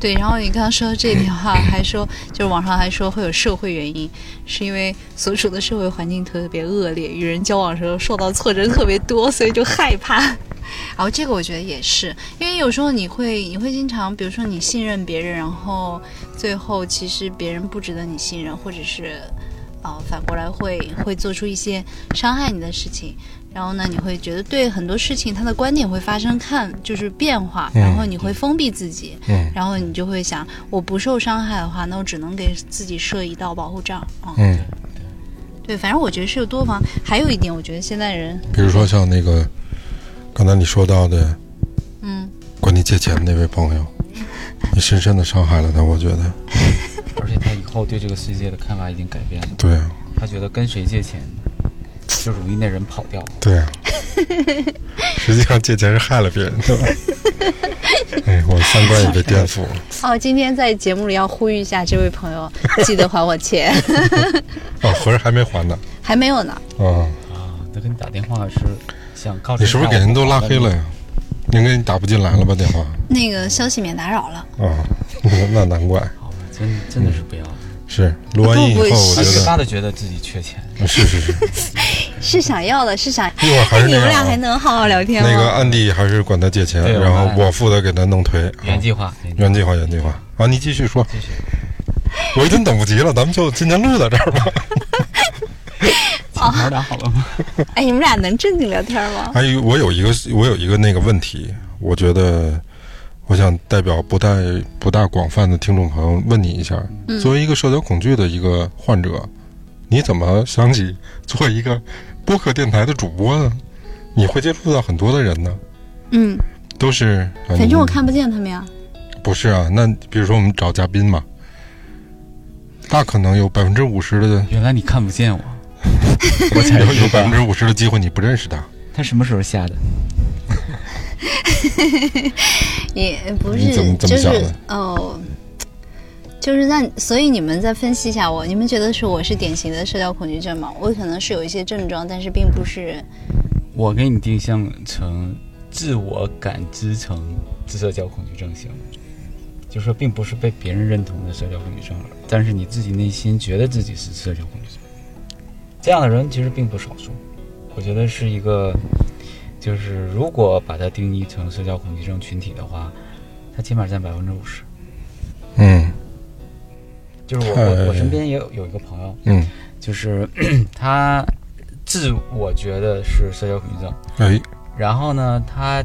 对。然后你刚刚说到这一点的话，还说就是网上还说会有社会原因，是因为所处的社会环境特别恶劣，与人交往的时候受到挫折特别多，所以就害怕。 然后这个我觉得也是，因为有时候你会你会经常，比如说你信任别人，然后最后其实别人不值得你信任，或者是啊、反过来会会做出一些伤害你的事情。然后呢，你会觉得对很多事情他的观点会发生看就是变化，
嗯
然后你会封闭自己，
嗯
然后你就会想，我不受伤害的话，那我只能给自己设一道保护罩啊。
嗯，
对，反正我觉得是有多方。还有一点，我觉得现在 人，
比如说像那个刚才你说到的
嗯，
管你借钱的那位朋友，你深深的伤害了他，我觉得，
而且他以后对这个世界的看法已经改变了，
对啊，
他觉得跟谁借钱就容易那人跑掉。
对 啊，实际上借钱是害了别人的。 哎，我三观也被颠覆了。
哦，今天在节目里要呼吁一下这位朋友，记得还我钱，
哦，合着还没还呢。
还没有呢。
啊，
啊，他给你打电话是想告诉
你是不是给人都拉黑了？呀？应该你打不进来了吧电话？
那个消息免打扰了，
嗯
啊，那 那难怪
好吧，哦真真的是不要了。
是录完音以后，
不不
我
是
觉
他越发
得嗯
的觉得自己缺钱，
是 是是，
是想要的，是想。
一会儿还
哎
是
你
那
们俩
样
还
啊。
能好好聊天吗？
那个安迪还是管他借钱，
对我
然后
们
我负责给他弄颓。啊
原计划，原
原计划，原计划啊！你继续说，
继续。
我已经等不及了，咱们就今天录到这儿吧。
抢头打好了吗？
哎，你们俩能正经聊天 吗？
还有哎我有一个我有一个那个问题，我觉得我想代表不太不大广泛的听众朋友问你一下，
嗯
作为一个社交恐惧的一个患者，你怎么想起做一个播客电台的主播呢？你会接触到很多的人呢，
嗯，
都是啊
反
你
正我看不见他们呀。
不是啊，那比如说我们找嘉宾嘛，大可能有百分之五十的
原来你看不 见我，我才
有有
知
百
道
分之五十的机会你不认识他，
他什么时候下的？
也不
你
是，
怎么怎么
就
想
是
的
哦，就是那，所以你们再分析一下我，你们觉得是我是典型的社交恐惧症吗？我可能是有一些症状，但是并不是
我给你定向成自我感知成自社交恐惧症型，就是说并不是被别人认同的社交恐惧症，但是你自己内心觉得自己是社交恐惧症，这样的人其实并不少数。我觉得是一个，就是如果把它定义成社交恐惧症群体的话，它起码占百分之五十。
嗯
就是我我我
太
身边也有有一个朋友，
嗯，
就是他自我觉得是社交恐惧症。
哎，
然后呢，他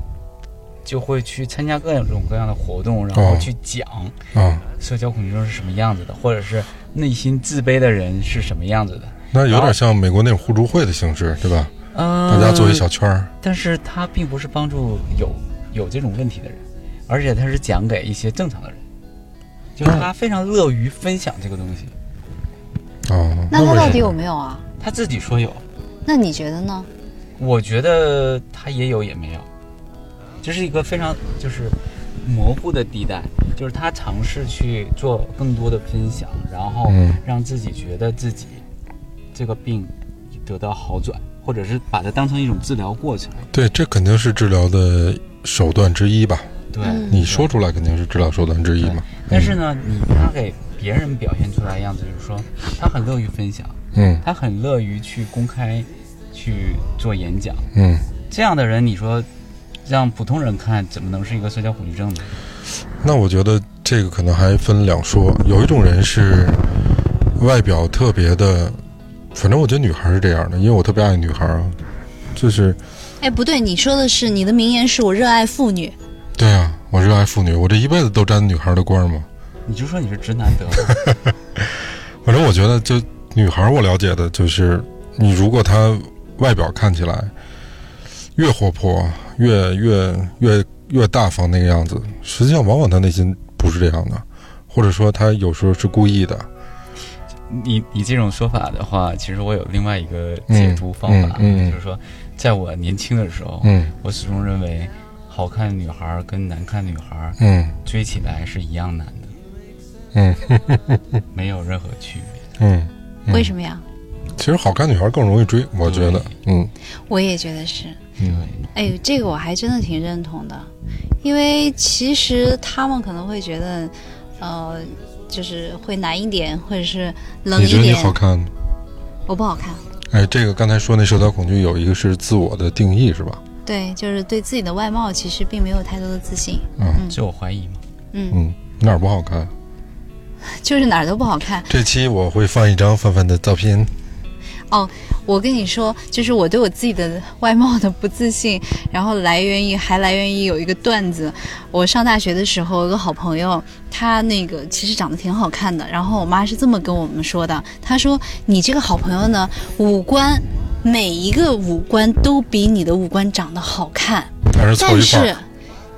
就会去参加各种各样的活动，然
哦
后去讲
啊，
社交恐惧症是什么样子的，或者是内心自卑的人是什么样子的。
那有点像美国那种互助会的形式，对吧？
嗯、
大家做一小，圈儿，
但是他并不是帮助有有这种问题的人，而且他是讲给一些正常的人，就是他非常乐于分享这个东西。
哦，
嗯那
为
他
什
到
么
底有没有啊？
他自己说有，
那你觉得呢？
我觉得他也有也没有，这是一个非常就是模糊的地带，就是他尝试去做更多的分享，然后
嗯
让自己觉得自己这个病得到好转，或者是把它当成一种治疗过程。
对，这肯定是治疗的手段之一吧？
对，
嗯
你说出来肯定是治疗手段之一嘛？
但是呢，你他给别人表现出来的样子就是说，他很乐于分享，
嗯
他很乐于去公开去做演讲，
嗯，
这样的人，你说让普通人看怎么能是一个社交恐惧症呢？
那我觉得这个可能还分两说，有一种人是外表特别的，反正我觉得女孩是这样的，因为我特别爱女孩啊，就是
哎，不对，你说的是你的名言是我热爱妇女，
对啊，我热爱妇女，我这一辈子都沾女孩的光嘛。
你就说你是直男得了。
反正我觉得，就女孩我了解的就是，你如果她外表看起来越活泼、越越越越大方那个样子，实际上往往她内心不是这样的，或者说她有时候是故意的。
你你这种说法的话，其实我有另外一个解读方法，
嗯嗯嗯
就是说，在我年轻的时候，
嗯
我始终认为，好看的女孩儿跟难看的女孩儿
嗯
追起来是一样难的，
嗯
没有任何区别。
嗯，嗯
为什么呀？
其实好看女孩更容易追，我觉得，嗯
我也觉得是。
嗯
哎，这个我还真的挺认同的，因为其实他们可能会觉得，呃，就是会难一点，或者是冷
你觉
一
得你
点。
好看？
我不好看，
哎，这个刚才说那社交恐惧有一个是自我的定义是吧？
对，就是对自己的外貌其实并没有太多的自信，
自我怀疑嘛，
嗯，
嗯，哪儿不好看？
就是哪儿都不好看。
这期我会放一张范范的照片。
我跟你说，就是我对我自己的外貌的不自信，然后来源于还来源于有一个段子。我上大学的时候，有个好朋友，她那个其实长得挺好看的，然后我妈是这么跟我们说的，她说：“你这个好朋友呢，五官每一个五官都比你的五官长得好看，
还是凑
但
一块
是
儿。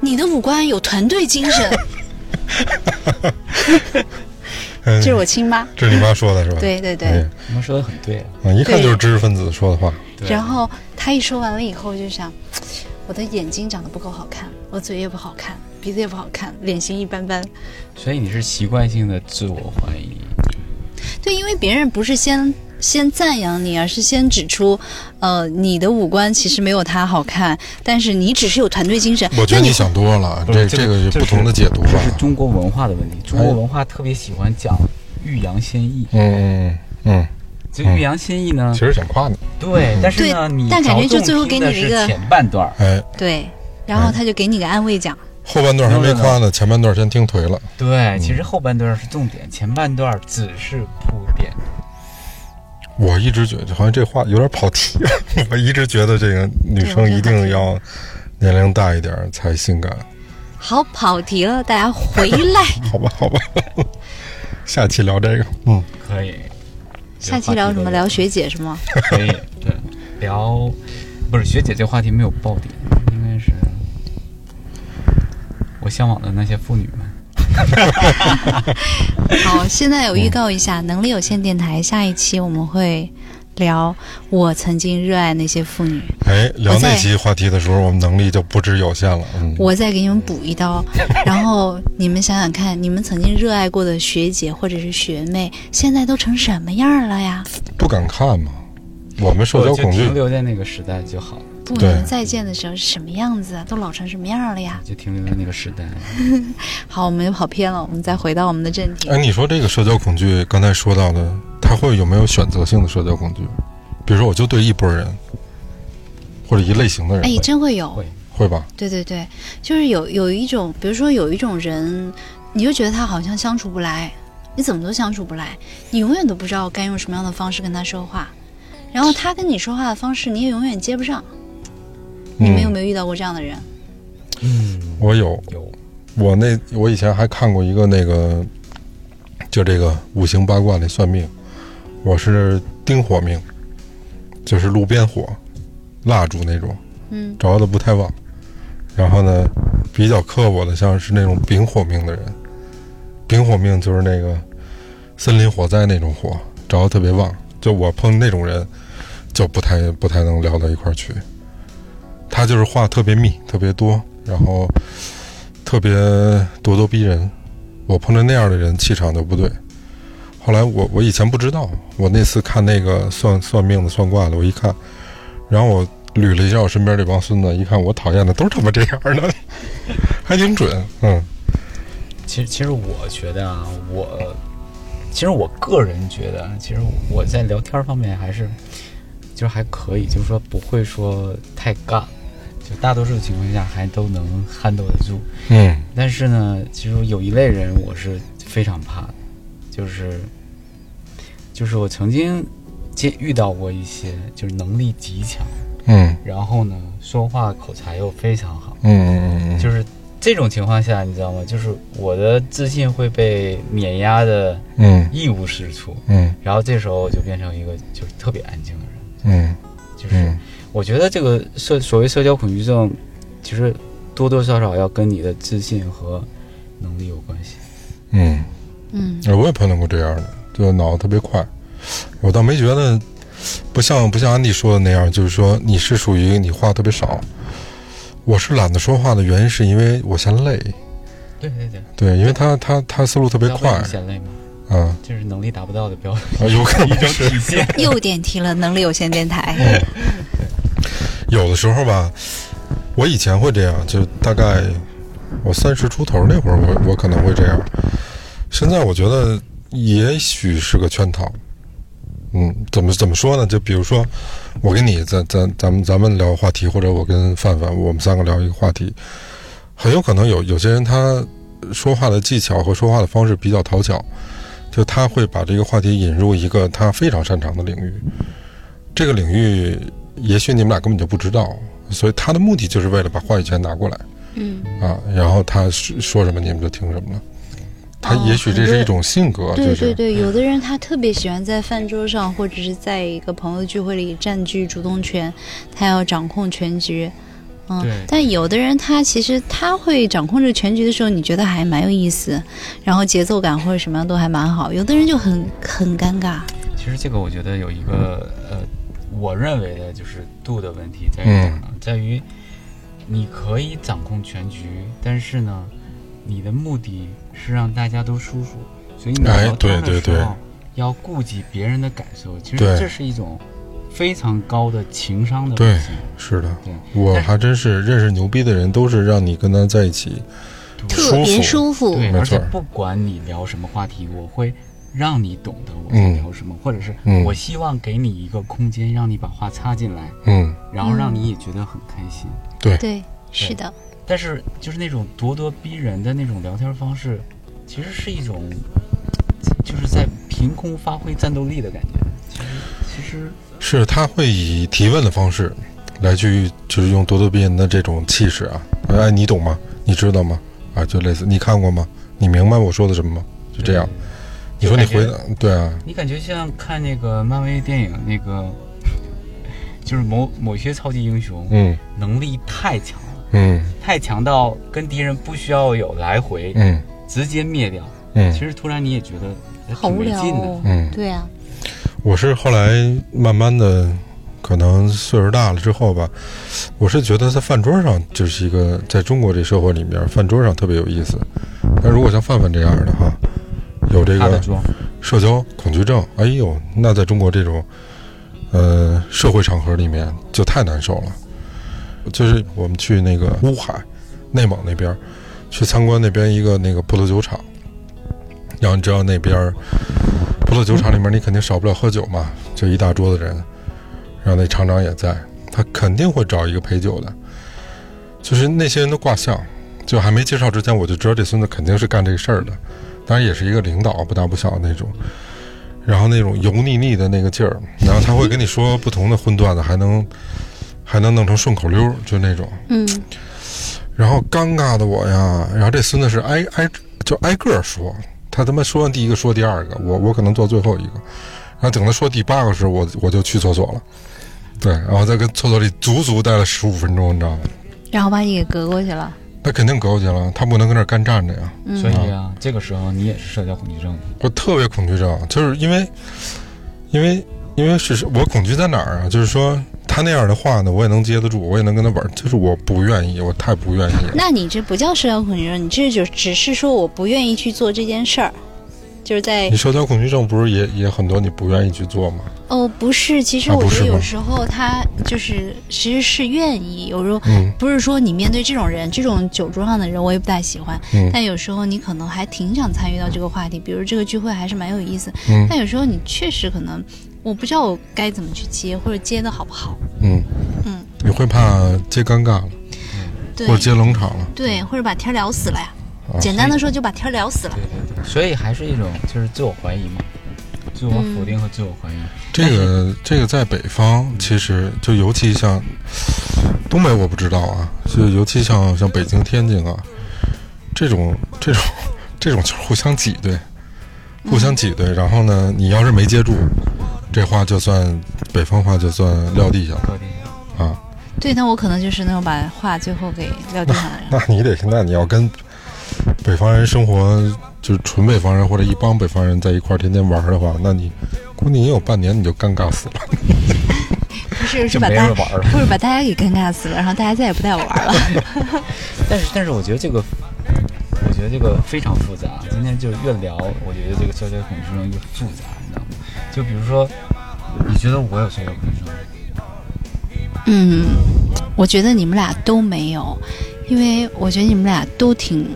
你的五官有团队精神。
嗯”
这是我亲妈，
这是你妈说的是吧？
对对对。
哎呀
你们说的很对啊。
啊，一看就是知识分子说的话。
对
然后他一说完了以后，我就想，我的眼睛长得不够好看，我嘴也不好看，鼻子也不好看，脸型一般般。
所以你是习惯性的自我怀疑，
对，因为别人不是先先赞扬你，而是先指出，呃，你的五官其实没有他好看，但是你只是有团队精神。
我觉得
那
你想多了，这嗯这个是不同的解读
这
吧
是？中国文化的问题。中
哎
国文化特别喜欢讲欲扬先抑，
嗯嗯嗯，
这欲扬先抑呢
其，实想夸你，
对，但是呢，
对
你
但感觉
着重
就最后给你
听
了
的
一
是
个
前半段儿，
哎，
对，然
嗯
后他就给你个安慰奖。
后半段还没夸呢，前半段先听颓了。
对，其实后半段是重点，前半段只是铺垫。
我一直觉得好像这话有点跑题， 我一直觉得这个女生一定要年龄大一点儿才性感，
好，跑题了，大家回来，
好吧，好吧。 下期聊这个，嗯，
可以。
下期聊什么？聊学姐是吗？
可以，对，聊不是学姐这话题没有爆点，应该是我向往的那些妇女们。
好，现在有预告一下，能力有限电台下一期我们会聊我曾经热爱那些妇女。
哎，聊
我在
那期话题的时候，我们能力就不知有限了，嗯，
我再给你们补一刀，然后你们想想看，你们曾经热爱过的学姐或者是学妹，现在都成什么样了呀？
不敢看嘛。我们社交
我就
恐惧
停，留在那个时代就好了，
不，你
对
们再见的时候是什么样子啊？都老成什么样了呀？
就停留在那个时代。
好，我们又跑偏了，我们再回到我们的正题
哎，。你说这个社交恐惧，刚才说到的，他会有没有选择性的社交恐惧？比如说，我就对一波人，或者一类型的人
哎
会，，
真会有，
会
会吧？
对对对，就是有有一种，比如说有一种人，你就觉得他好像相处不来，你怎么都相处不来，你永远都不知道该用什么样的方式跟他说话，然后他跟你说话的方式你也永远接不上。你们有没有遇到过这样的人？
嗯，
我有，
有
我那我以前还看过一个那个，就这个五行八卦那算命，我是丁火命，就是路边火，蜡烛那种，
嗯
着的不太旺。然后呢，比较克我的像是那种丙火命的人，丙火命就是那个森林火灾那种火，着的特别旺。就我碰那种人，就不太不太能聊到一块儿去。他就是话特别密，特别多，然后特别咄咄逼人。我碰着那样的人，气场就不对。后来我我以前不知道，我那次看那个算算命的算卦的，我一看，然后我捋了一下我身边这帮孙子，一看我讨厌的都是他妈这样的， 还挺准。嗯
其实，其实我觉得啊，我其实我个人觉得，啊其实我在聊天方面还是就是还可以，就是说不会说太尬，就就大多数情况下还都能 handle 得住。
嗯
但是呢，其实有一类人我是非常怕的，就是就是我曾经接遇到过一些就是能力极强，
嗯
然后呢说话口才又非常好，
嗯嗯嗯，
就是是这种情况下，你知道吗？就是我的自信会被碾压的
嗯
一无是处，
嗯
然后这时候我就变成一个就是特别安静的人，
嗯
就是
嗯
我觉得这个社所谓社交恐惧症，其实多多少少要跟你的自信和能力有关系。
嗯，
嗯，
哎我也碰到过这样的，就脑子特别快，我倒没觉得不像不像安迪说的那样，就是说你是属于你话特别少。我是懒得说话的原因是因为我嫌累，
对对对，
对，因为他他他思路特别
知道为
快
什么显累吗？
啊，
就是能力达不到的 标
啊有可能
准
是
体现。
又点题了，能力有限电台。
有的时候吧，我以前会这样，就大概我三十出头那会儿，我我可能会这样。现在我觉得也许是个圈套。嗯，怎么怎么说呢？就比如说，我跟你咱咱咱们咱们聊话题，或者我跟范范，我们三个聊一个话题，很有可能有有些人他说话的技巧和说话的方式比较讨巧，就他会把这个话题引入一个他非常擅长的领域，这个领域也许你们俩根本就不知道，所以他的目的就是为了把话语权拿过来
嗯，
啊，然后他说说什么你们就听什么了。他
哦
也许这
很多
是一种性格，
对
就
对
是
对，有的人他特别喜欢在饭桌上或者是在一个朋友聚会里占据主动权，他要掌控全局。嗯
对，
但有的人他其实他会掌控着全局的时候，你觉得还蛮有意思，然后节奏感或者什么样都还蛮好。有的人就很很尴尬。
其实这个我觉得有一个呃，我认为的就是度的问题在于
嗯
哪儿呢？在于你可以掌控全局，但是呢，你的目的是让大家都舒服，所以你
哎
聊天
对
的
对
时
对
候要顾及别人的感受。其实
对
这是一种非常高的情商的
对
问题。
是的
对，
我还真是认识牛逼的人，都是让你跟他在一起
特别舒服，
对，
没
而
错
且
儿
不管你聊什么话题，我会让你懂得我
嗯
在聊什么，或者是
嗯
我希望给你一个空间，让你把话插进来，
嗯，
然后让你也觉得很开心。
对，是的，
但是就是那种咄咄逼人的那种聊天方式，其实是一种，就是在凭空发挥战斗力的感觉。其实，其实
是他会以提问的方式来去，就是用咄咄逼人的这种气势啊，哎，你懂吗？你知道吗？啊，就类似你看过吗？你明白我说的什么吗？就这样，你说你回答，对啊，
你嗯感觉像看那个漫威电影那个，就是某某些超级英雄、
嗯
能力太强了。
嗯
太强到跟敌人不需要有来回，
嗯
直接灭掉。其
嗯
实突然你也觉得哎
好
挺
无
没
聊
劲的，
哦。
嗯，
对啊，
我是后来慢慢的，可能岁数大了之后吧，我是觉得在饭桌上就是一个在中国这社会里面，饭桌上特别有意思。但如果像范范这样的哈，有这
他
个
的妆
社交恐惧症，哎呦，那在中国这种呃社会场合里面就太难受了。就是我们去那个乌海，内蒙那边儿去参观那边一个那个葡萄酒厂，然后你知道那边儿葡萄酒厂里面你肯定少不了喝酒嘛，就一大桌子人，然后那厂长也在，他肯定会找一个陪酒的，就是那些人的卦象。就还没介绍之前，我就知道这孙子肯定是干这事儿的，当然也是一个领导，不大不小那种。然后那种油腻腻的那个劲儿，然后他会跟你说不同的荤段子，还能还能弄成顺口溜儿，就那种。
嗯，
然后尴尬的我呀，然后这孙子是挨挨就挨个儿说，他他妈说完第一个说第二个，我我可能做最后一个，然后等他说第八个时，候，我我就去厕所了，对，然后在跟厕所里足足待了十五分钟，你知道吗？
然后把你给隔过去了。
那肯定狗去了，他不能跟那儿干站着呀。
所以
嗯
啊，这个时候你也是社交恐惧症的。
我特别恐惧症，就是因为，因为，因为是我恐惧在哪儿啊？就是说他那样的话呢，我也能接得住，我也能跟他玩儿，就是我不愿意，我太不愿意了。
那你这不叫社交恐惧症，你这就只是说我不愿意去做这件事儿，就是在
你社交恐惧症不是也也很多你不愿意去做吗？
哦，不是，其实
啊
我
不
觉
是
得有
吗
时候他就是其实是愿意，有时候
嗯
不是说你面对这种人，这种酒桌上的人，我也不太喜欢，
嗯
但有时候你可能还挺想参与到这个话题，比如这个聚会还是蛮有意思，
嗯
但有时候你确实可能我不知道我该怎么去接，或者接的好不好，
嗯
嗯，
你会怕接尴尬了，
对
或者接冷场了。
对，或者把天儿聊死了呀。
啊
简单的说，就把天儿聊死了。
对对对，所以还是一种就是自我怀疑嘛，自我否定和自我怀疑。
这个这个在北方，其实就尤其像东北，我不知道啊，就尤其像像北京、天津啊，这种这种这种就是互相挤兑，互相挤兑。然后呢，你要是没接住，这话就算北方话就算撂地下了
到底
啊。
对，那我可能就是那种把话最后给撂地上 的人。
那你得那你要跟北方人生活，就是纯北方人或者一帮北方人在一块儿天天玩儿的话，那你估计也有半年你就尴尬死了。
不是，是
就
把
没
大
人
家
玩了
不是把大家给尴尬死了，然后大家再也不带我玩了。
但是，但是我觉得这个，我觉得这个非常复杂。啊今天就越聊，我觉得这个社交恐惧症越复杂，你知道吗？就比如说，你觉得我有社交恐惧症吗？
嗯，我觉得你们俩都没有，因为我觉得你们俩都挺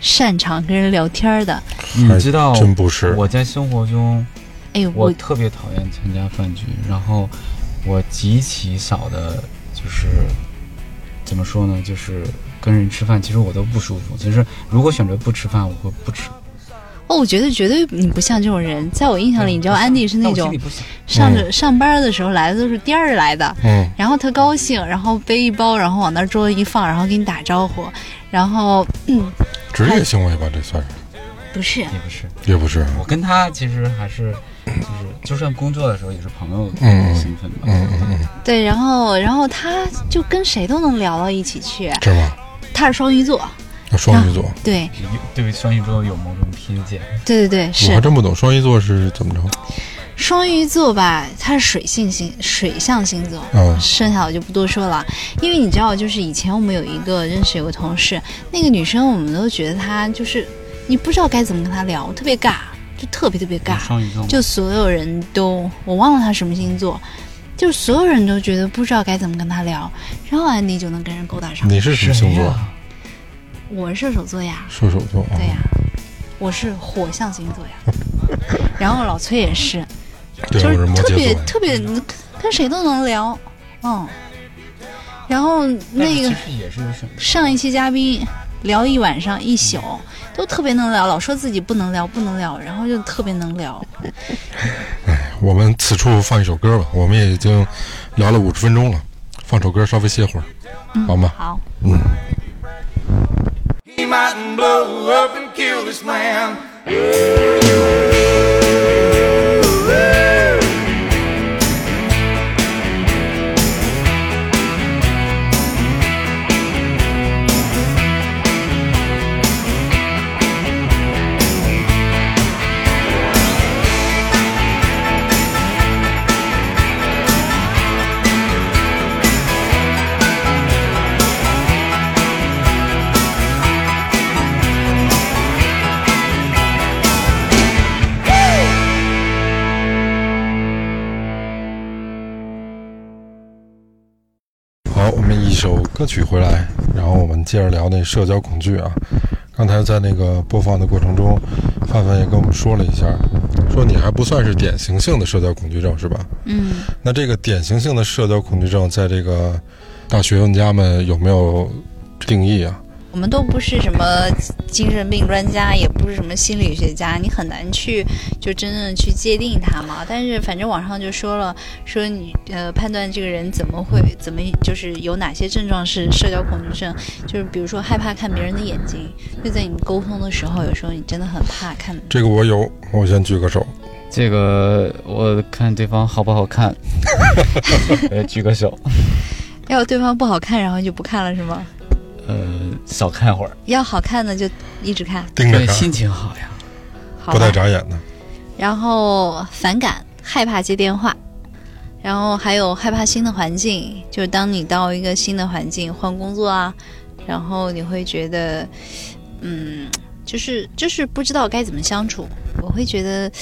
擅长跟人聊天儿的。
你知道，
真不是
我在生活中，
哎，
我
我
特别讨厌参加饭局，然后我极其少的，就是怎么说呢，就是跟人吃饭，其实我都不舒服。其实如果选择不吃饭，我会不吃。
哦，我觉得绝对你不像这种人，在我印象里，你知道安迪是
但
那
哎我心
种
里嗯不想。
上着上班的时候来的都是颠儿来的，
嗯，
然后特高兴，然后背一包，然后往那桌子一放，然后给你打招呼，然后嗯，
职业行为吧，这算是
不是，
也不是，
也不是。啊
我跟他其实还是，就是就算工作的时候也是朋友
嗯
的身份吧。
嗯嗯嗯，
对，然后然后他就跟谁都能聊到一起去，
是吗？
他是双鱼座，
那双鱼座，
对
有对于双鱼座有某种偏见，
对对对，
我还
是
真不懂双鱼座是怎么着。
双鱼座吧，他是水性星水象星座，
嗯
剩下我就不多说了，因为你知道，就是以前我们有一个认识有个同事，那个女生我们都觉得她就是你不知道该怎么跟她聊，特别尬，就特别特别
嗯
尬，
双鱼座吗
就所有人都我忘了她什么星座，就是所有人都觉得不知道该怎么跟她聊，然后安迪就能跟人勾搭上。
你是什么星
谁
座？
呀
我是射手座呀，
射手座。
啊
嗯
对呀、我是火象星 座呀，然后老崔也是，
对，
就
我
是
是摩
特别
羯座。哎嗯
特别能跟谁都能聊，嗯。然后
但
那
是
个
其实也是有选择。
上一期嘉宾聊一晚上一宿，
嗯
都特别能聊，老说自己不能聊不能聊，然后就特别能聊。
我们此处放一首歌吧，我们也已经聊了五十分钟了，放首歌稍微歇会儿，好吗？
好，
嗯。
He mightn't blow up and kill this man.
好，我们一首歌曲回来，然后我们接着聊那社交恐惧啊。刚才在那个播放的过程中，范范也跟我们说了一下，说你还不算是典型性的社交恐惧症是吧？
嗯，
那这个典型性的社交恐惧症，在这个大学问家们有没有定义啊？
我们都不是什么精神病专家，也不是什么心理学家，你很难去就真正的去界定他嘛。但是反正网上就说了，说你呃判断这个人怎么会怎么就是有哪些症状是社交恐惧症，就是比如说害怕看别人的眼睛，就在你们沟通的时候，有时候你真的很怕看。
这个我有，我先举个手。
这个我看对方好不好 看，
呃，举个手，
要对方不好看，然后就不看了是吗？
呃，少看会儿，
要好看的就一直看，
盯着
对，
看，
心情好呀。
好
不
吧
带？眨眼的。
然后反感、害怕接电话，然后还有害怕新的环境，就是当你到一个新的环境换工作啊，然后你会觉得，嗯，就是就是不知道该怎么相处。我会觉得，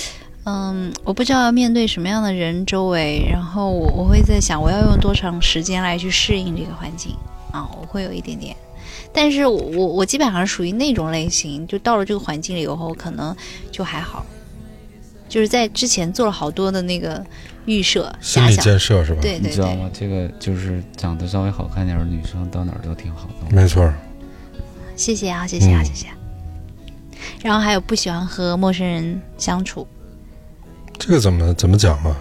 嗯，我不知道要面对什么样的人周围，然后我我会在想我要用多长时间来去适应这个环境啊，我会有一点点。但是我我我基本上属于那种类型，就到了这个环境里以后，可能就还好。就是在之前做了好多的那个预设
心
遐
理
想，
建设是吧？
对
你
对
知道
对，
吗？这个就是长得稍微好看点儿的女生到哪儿都挺好弄的。
没错儿，
谢谢啊，谢谢啊，
嗯
谢谢啊。然后还有不喜欢和陌生人相处，
这个怎么怎么讲啊？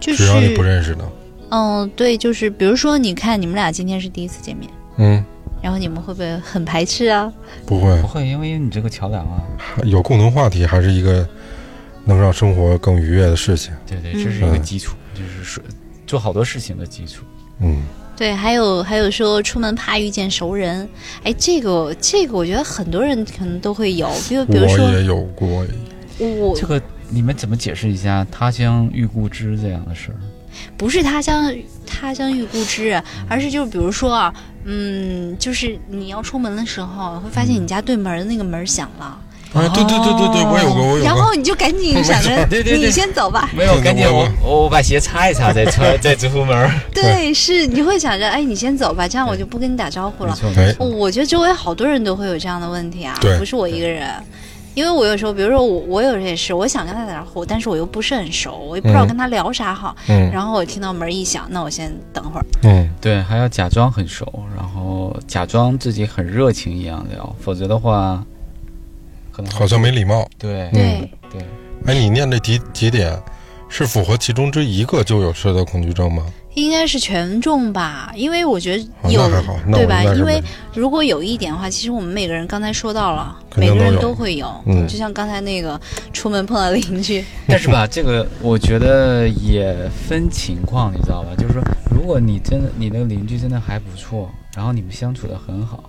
就
只要你不
是
认识的，
嗯，对，就是比如说，你看你们俩今天是第一次见面，
嗯，
然后你们会不会很排斥啊？
不会
不会，因为你这个桥梁啊，
有共同话题，还是一个能让生活更愉悦的事情。
对对，
嗯
这是一个
嗯
基础，就是说做好多事情的基础。
嗯，
对，还有还有说出门怕遇见熟人，哎，这个这个我觉得很多人可能都会有，比如比如
我
说
也有过，
我
这个你们怎么解释一下“他乡遇故知”这样的事儿？
不是他乡他乡遇故知，而是就是比如说啊，嗯，就是你要出门的时候，会发现你家对门的那个门响了，
啊，对对对对对，我有过，我有
然
过
后。你就赶紧闪着，
对对对
你先走吧。
没有，赶紧
我
我我把鞋擦一擦，再 穿再出门儿。
对，是你会想着，哎，你先走吧，这样我就不跟你打招呼了。
哎，
哦我觉得周围好多人都会有这样的问题啊，
对
不是我一个人。因为我有时候，比如说我，我有时候也是，我想跟他打招呼，但是我又不是很熟，我也不知道
嗯
跟他聊啥好。
嗯
然后我听到门一响，那我先等会儿。
嗯，
对，还要假装很熟，然后假装自己很热情一样聊，否则的话，可能
好像没礼貌。
对
对，
对，
哎，你念这几几点是符合其中之一个就有社交恐惧症吗？
应该是权重吧，因为我觉
哦
得有、
那还好，那我
对
应
吧
该？是
因为
没
如果有一点的话，其实我们每个人刚才说到了，
肯
每
定
个
都
人
有
都会有。
嗯
就像刚才那个出门碰到邻居，
但是 吧，这个我觉得也分情况，你知道吧？就是说，如果你真的你那个邻居真的还不错，然后你们相处的很好，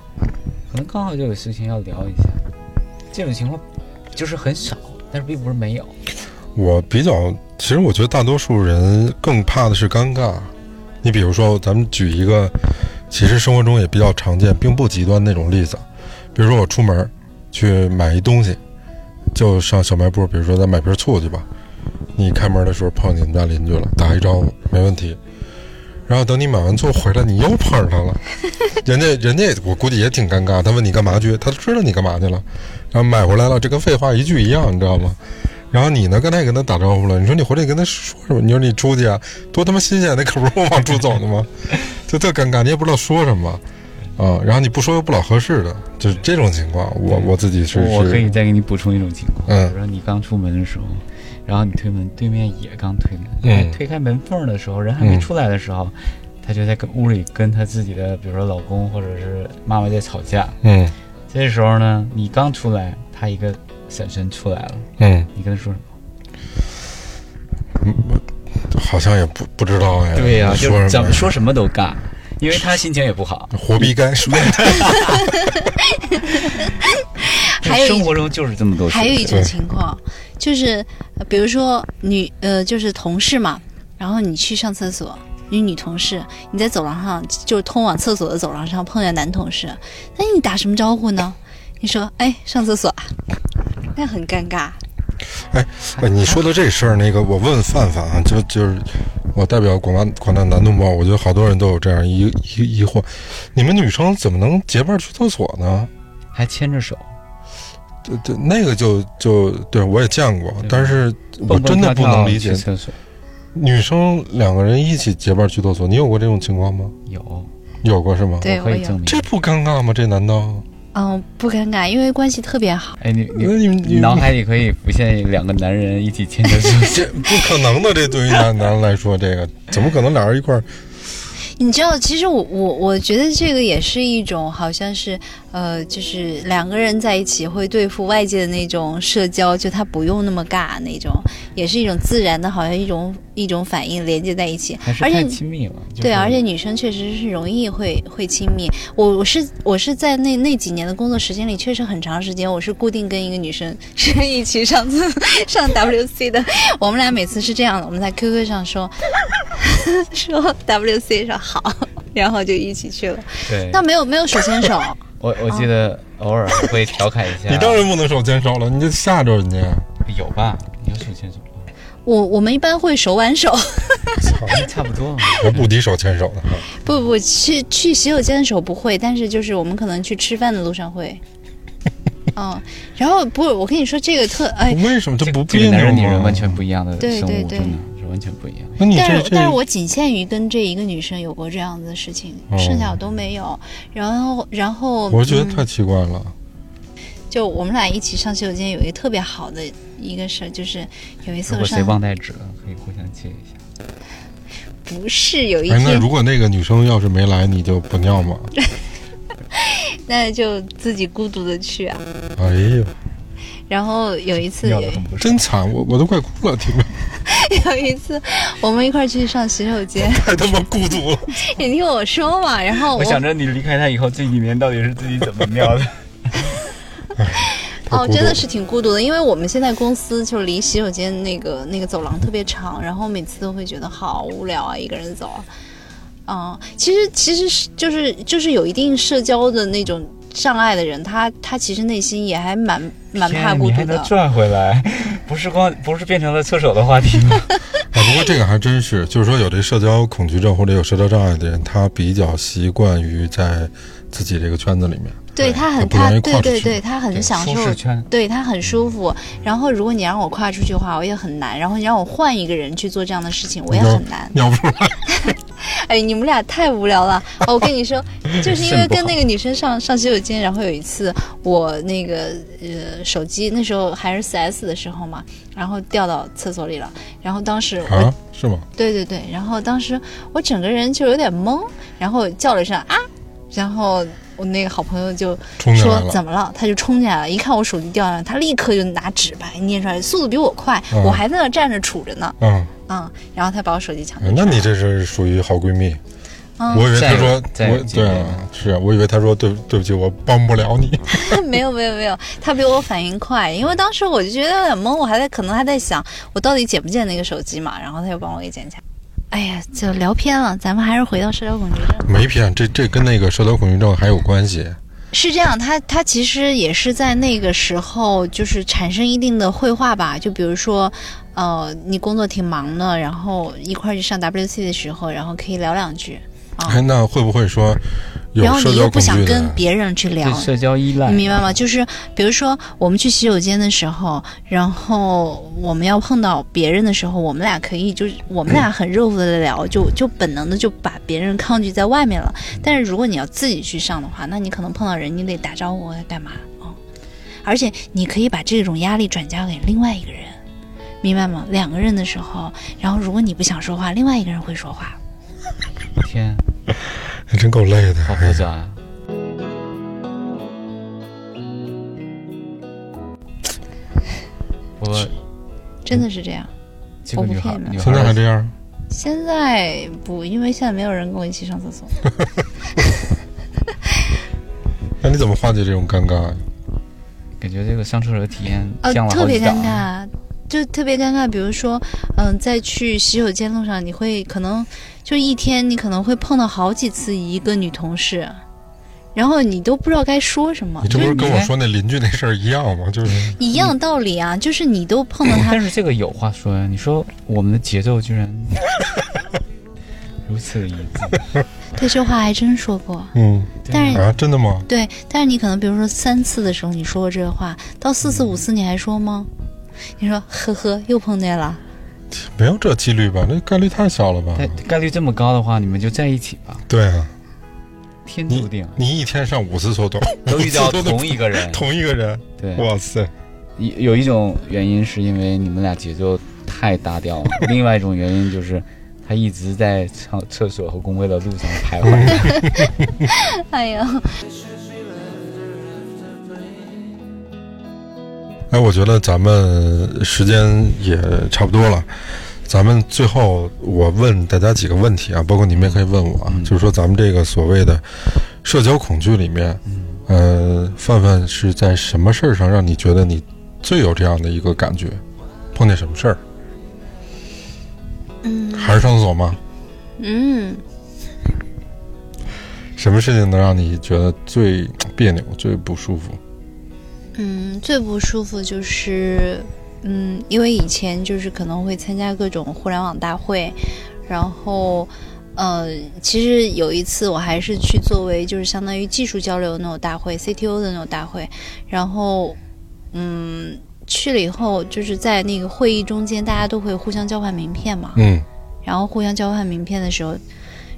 可能刚好就有事情要聊一下，这种情况就是很少，但是并不是没有。
我比较，其实我觉得大多数人更怕的是尴尬。你比如说，咱们举一个，其实生活中也比较常见，并不极端那种例子。啊比如说，我出门去买一东西，就上小卖部，比如说咱买瓶醋去吧。你开门的时候碰见你们家邻居了，打一招呼没问题。然后等你买完醋回来，你又碰上他 了，人家人家我估计也挺尴尬。他问你干嘛去，他知道你干嘛去了，然后买回来了，这跟废话一句一样，你知道吗？然后你呢，刚才也跟他打招呼了，你说你回来跟他说什么？你说你出去啊，多他妈新鲜，那可不是往出走的 吗？就特尴尬，你也不知道说什么啊。然后你不说又不老合适的，就是这种情况，我我自己是
我我可以
是
再给你补充一种情况，
嗯
比如说你刚出门的时候，然后你推门，对面也刚推门，
嗯
推开门缝儿的时候，人还没
嗯
出来的时候，他就在跟屋里跟他自己的，比如说老公或者是妈妈在吵架。
嗯
这时候呢，你刚出来，他一个闪身出来了，
嗯，
你跟他说什么？
好像也不不知道哎。
就
说
是
什
怎
么
么呃说什么都尬，因为他心情也不好。
活逼该说，
还有一
生活中就是这么多事。
还有一种
对
情况，就是呃比如说女呃，就是同事嘛，然后你去上厕所，你女同事，你在走廊上，就是通往厕所的走廊上碰见男同事，那你打什么招呼呢？你说，哎，上厕所啊，那很尴尬。
哎，你说的这事儿，那个我问范范啊，就就是我代表广大广大男同胞，我觉得好多人都有这样疑疑疑惑，你们女生怎么能结伴去厕所呢？
还牵着手，
对对，那个就就对我也见过，但是我
蹦蹦
真的
跳
不
跳
能理解
去厕所
女生两个人一起结伴去厕所，你有过这种情况吗？
有，
有过是吗？
对
我可
我
以
有
证明。
这不尴尬吗？这难道？
嗯，不尴尬，因为关系特别好。
哎，你你
那你们
你脑海里可以浮现两个男人一起牵 着手，
这不可能的，这对于男男人来说，这个怎么可能俩人一块儿？
你知道，其实我我我觉得这个也是一种，好像是呃，就是两个人在一起会对付外界的那种社交，就他不用那么尬那种，也是一种自然的，好像一种一种反应连接在一起
还，是
而
太
且。
亲密了。就是
对，而且女生确实是容易会会亲密。我我是我是在那那几年的工作时间里，确实很长时间，我是固定跟一个女生是一起上次上 WC 的。我们俩每次是这样的，我们在 QQ 上说 说 WC 上好，然后就一起去了。
对，
那没有没有手牵手，
我我记得偶尔还会调侃一下。
你当然不能手牵手了，你就吓着人家。
有吧？有手牵手吧，
我我们一般会手挽手，
哎差不 多。
我不敌手牵手的，
不不去去洗手间的时候不会，但是就是我们可能去吃饭的路上 会。嗯，然后不，我跟你说这个特哎，
为什么这不
这
别
个男
扭
人女人
吗
完？全不一样的
对
生
对
物，
对
真的是完完全不一样。
那你
但
这
是，但是
这
我仅限于跟这一个女生有过这样子的事情，
哦
剩下我都没有。然后，然后，
我觉得
嗯
太奇怪了。
就我们俩一起上洗手间有一个特别好的一个事儿，就是有一次
如
我
果谁
上
忘带纸了，可以互相借一下。
不是有一
哎，那
天，
如果那个女生要是没来，你就不尿吗？
那就自己孤独的去啊。
哎呦，
然后有一次，
尿的很不爽。
真惨，我我都快哭了，听着
有一次我们一块儿去上洗手间，
太他妈孤独了。
你听我说嘛，然后
我想着你离开他以后，这一年到底是自己怎么尿的？
太
哦，
孤独
真
了
的是挺孤独的，因为我们现在公司就离洗手间那个那个走廊特别长，然后每次都会觉得好无聊啊，一个人走啊。嗯，其实其实是就是就是有一定社交的那种障碍的人，他他其实内心也还蛮 蛮怕
天啊
孤
你
独
还能
的。
转回来， 不是光不是变成了厕所的话题 吗？
啊，不过这个还真是，就是说有这社交恐惧症或者有社交障碍的人，他比较习惯于在自己这个圈子里面。
对他很
不容
他
易
对
跨出
对
去
对，他很享受
舒适圈
对他很舒服。然后如果你让我跨出去的话，我也很难。然后你让我换一个人去做这样的事情，我也
尿
很难。
尿不出来，
哎，你们俩太无聊了！哦、我跟 你说，就是因为
肾不好
跟那个女生上上洗手间，然后有一次我那个呃手机那时候还是 4S 的时候嘛，然后掉到厕所里了，然后当时我、
啊？是吗？
对对对，然后当时我整个人就有点懵，然后叫了一声啊，然后我那个好朋友就
冲进来
说
了
怎么了？他就冲进来了，一看我手机掉下来，他立刻就拿纸把它捏出来，速度比我快，
嗯
我还在那站着杵着呢，
嗯，
嗯，然后他把我手机抢
哎
了。
那你这是属于好闺蜜。
嗯
我以为他说
再有
我
机会
对啊，是我以为他说对对不起，我帮不了你。
没有没有没有，他比我反应快，因为当时我就觉得有点懵，我还在可能还在想我到底捡不捡那个手机嘛，然后他就帮我给捡起来。哎呀，就聊偏了，咱们还是回到社交恐惧症。
没骗，这这跟那个社交恐惧症还有关系。
是这样，他他其实也是在那个时候，就是产生一定的绘画吧。就比如说，呃，你工作挺忙的，然后一块儿去上 WC 的时候，然后可以聊两句，
哎，那会不会说有
嗯然后
社
你
交
又
恐
不想
惧
跟
的？
别人去聊
对，社交依赖
你，明白吗？就是比如说，我们去洗手间的时候，然后我们要碰到别人的时候，我们俩可以就是我们俩很热乎的聊，就就本能的就把别人抗拒在外面了。但是如果你要自己去上的话，那你可能碰到人，你得打招呼或者干嘛哦。而且你可以把这种压力转嫁给另外一个人，明白吗？两个人的时候，然后如果你不想说话，另外一个人会说话。
天，啊
还真够累的。
好
哎
复杂啊！我
真的是这样，
这个女孩
我不骗，你
女孩
现在还这样？
嗯现在不，因为现在没有人跟我一起上厕所。
那你怎么化解这种尴尬啊呀？
感觉这个上厕所的体验
呃
降，了
特
好
别
几
尴
档。
尬，啊就特别尴尬。比如说，嗯，在去洗手间路上，你会可能就一天，你可能会碰到好几次一个女同事，然后你都不知道该说什么
你，这不是跟我说那邻居那事儿一样吗？就是
一样道理啊，就是你都碰到她
但，是这个有话说呀，你说我们的节奏居然 如此一致，
对这话还真说过，
嗯
但是。
啊，真的吗？
对，但是你可能比如说三次的时候你说过这个话，到四次五次你还说吗？你说呵呵，又碰见了，
没有这几率吧？这概率太小了吧？
但概率这么高的话，你们就在一起吧，
对啊，
天
你
注定
你一天上五次厕所，
都遇到
五次都
同一个 人。
同一个人，
对，
哇塞！
有有一种原因是因为你们俩节奏太搭调了，另外一种原因就是他一直在厕厕所和工位的路上徘徊。
哎呀，
哎，我觉得咱们时间也差不多了，咱们最后我问大家几个问题啊，包括你们也可以问我啊，就是说咱们这个所谓的社交恐惧里面，呃，范范是在什么事儿上让你觉得你最有这样的一个感觉？碰见什么事儿？
嗯
还是上厕所吗？
嗯。
什么事情能让你觉得最别扭、最不舒服？
嗯，最不舒服就是，嗯，因为以前就是可能会参加各种互联网大会，然后，呃，其实有一次我还是去作为就是相当于技术交流的那种大会，CTO 的那种大会，然后，嗯，去了以后，就是在那个会议中间，大家都会互相交换名片嘛。
嗯，
然后互相交换名片的时候，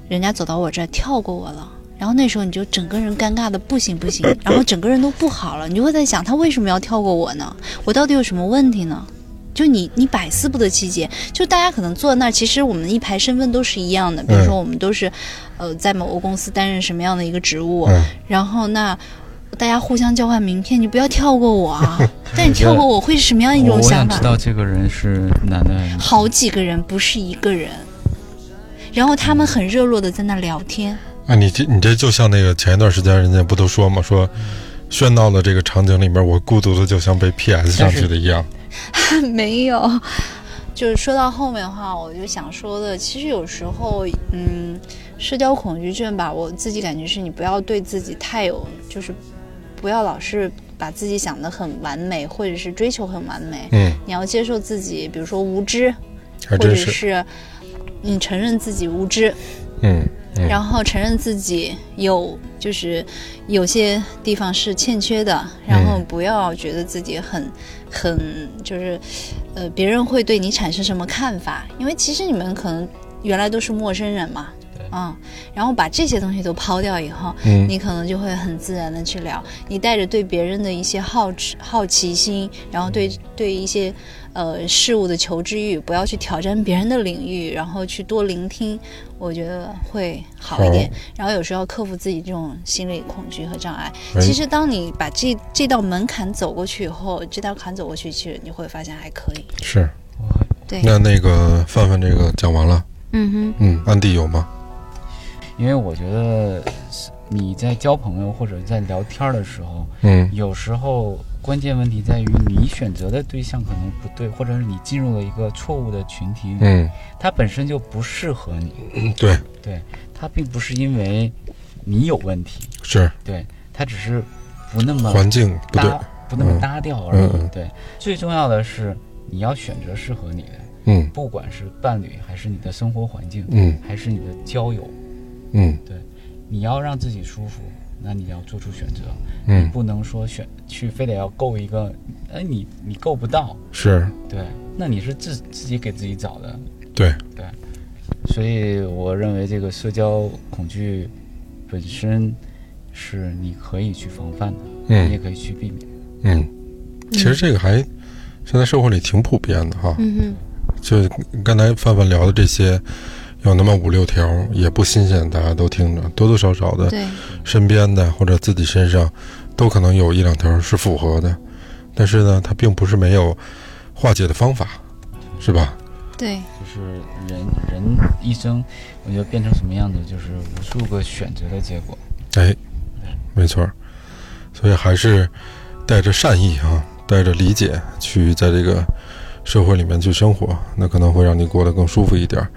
人家走到我这儿跳过我了，然后那时候你就整个人尴尬的不行不行， 然后整个人都不好了，你就会在想他为什么要跳过我呢？我到底有什么问题呢？就你你百思不得其解，就大家可能坐在那儿，其实我们一排身份都是一样的，比如说我们都是，呃，在某个公司担任什么样的一个职务，
嗯
然后那。大家互相交换名片，你不要跳过我啊！但你跳过我会是什么样一
我
种
我
想
想
法
知？道这个人是男的还是女的？
好几个人，不是一个人。然后他们很热络的在那聊天，
啊，你这你这就像那个前一段时间人家不都说嘛，说嗯喧闹的这个场景里面，我孤独的就像被 PS 上去的一样。
没有。就是说到后面的话，我就想说的，其实有时候，嗯，社交恐惧症吧，我自己感觉是你不要对自己太有，就是不要老是把自己想得很完美，或者是追求很完美。
嗯，
你要接受自己，比如说无知，
还
或者
真是。
是你承认自己无知，
嗯嗯
然后承认自己有就是有些地方是欠缺的，然后不要觉得自己很很就是呃别人会对你产生什么看法，因为其实你们可能原来都是陌生人嘛。嗯，然后把这些东西都抛掉以后，
嗯
你可能就会很自然的去聊。你带着对别人的一些好奇好奇心，然后对对一些呃事物的求知欲，不要去挑战别人的领域，然后去多聆听，我觉得会好一点。然后有时候要克服自己这种心理恐惧和障碍。
哎
其实当你把这这道门槛走过去以后，这道坎走过去，其实你会发现还可以。
是。
对，
那那个范范这个讲完了，
嗯哼，
嗯，安迪有吗？
因为我觉得你在交朋友或者在聊天儿的时候，
嗯
有时候关键问题在于你选择的对象可能不对，或者是你进入了一个错误的群体里，
嗯，
它本身就不适合你。
对，
对，它并不是因为你有问题，
是
对，它只是不那么
环境不对
搭，不那么
嗯
搭调而已。
嗯嗯
对，最重要的是你要选择适合你的，
嗯
不管是伴侣还是你的生活环境，
嗯
还是你的交友，
嗯
你要让自己舒服，那你要做出选择，
嗯，
不能说选去非得要够一个，哎，你你够不到，
是，
对，那你是自自己给自己找的，
对，
所以我认为这个社交恐惧本身是你可以去防范的，你也
嗯
可以去避免。
嗯，其实这个还现在社会里挺普遍的哈，
嗯
就刚才范范聊的这些，有那么五六条，也不新鲜，大家都听着，多多少少
哼，
的
对，
身边的或者自己身上，都可能有一两条是符合的，但是呢，它并不是没有化解的方法，是吧？
对，
就是人人一生，我觉得变成什么样子，就是无数个选择的结果。
哎，没错儿，所以还是带着善意啊，带着理解去在这个社会里面去生活，那可能会让你过得更舒服一点儿。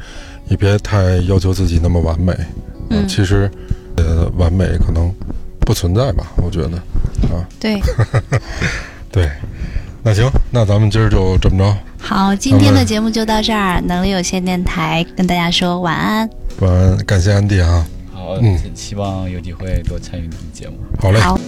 也别太要求自己那么完美，啊
嗯
其实呃，完美可能不存在吧，我觉得。啊
对。
对，那行，那咱们今儿就这么着，
好，今天的节目就到这儿，能力有限电台跟大家说晚安。
晚安，感谢安迪啊，
好，
嗯
希望有机会多参与你们节目。
好嘞，
好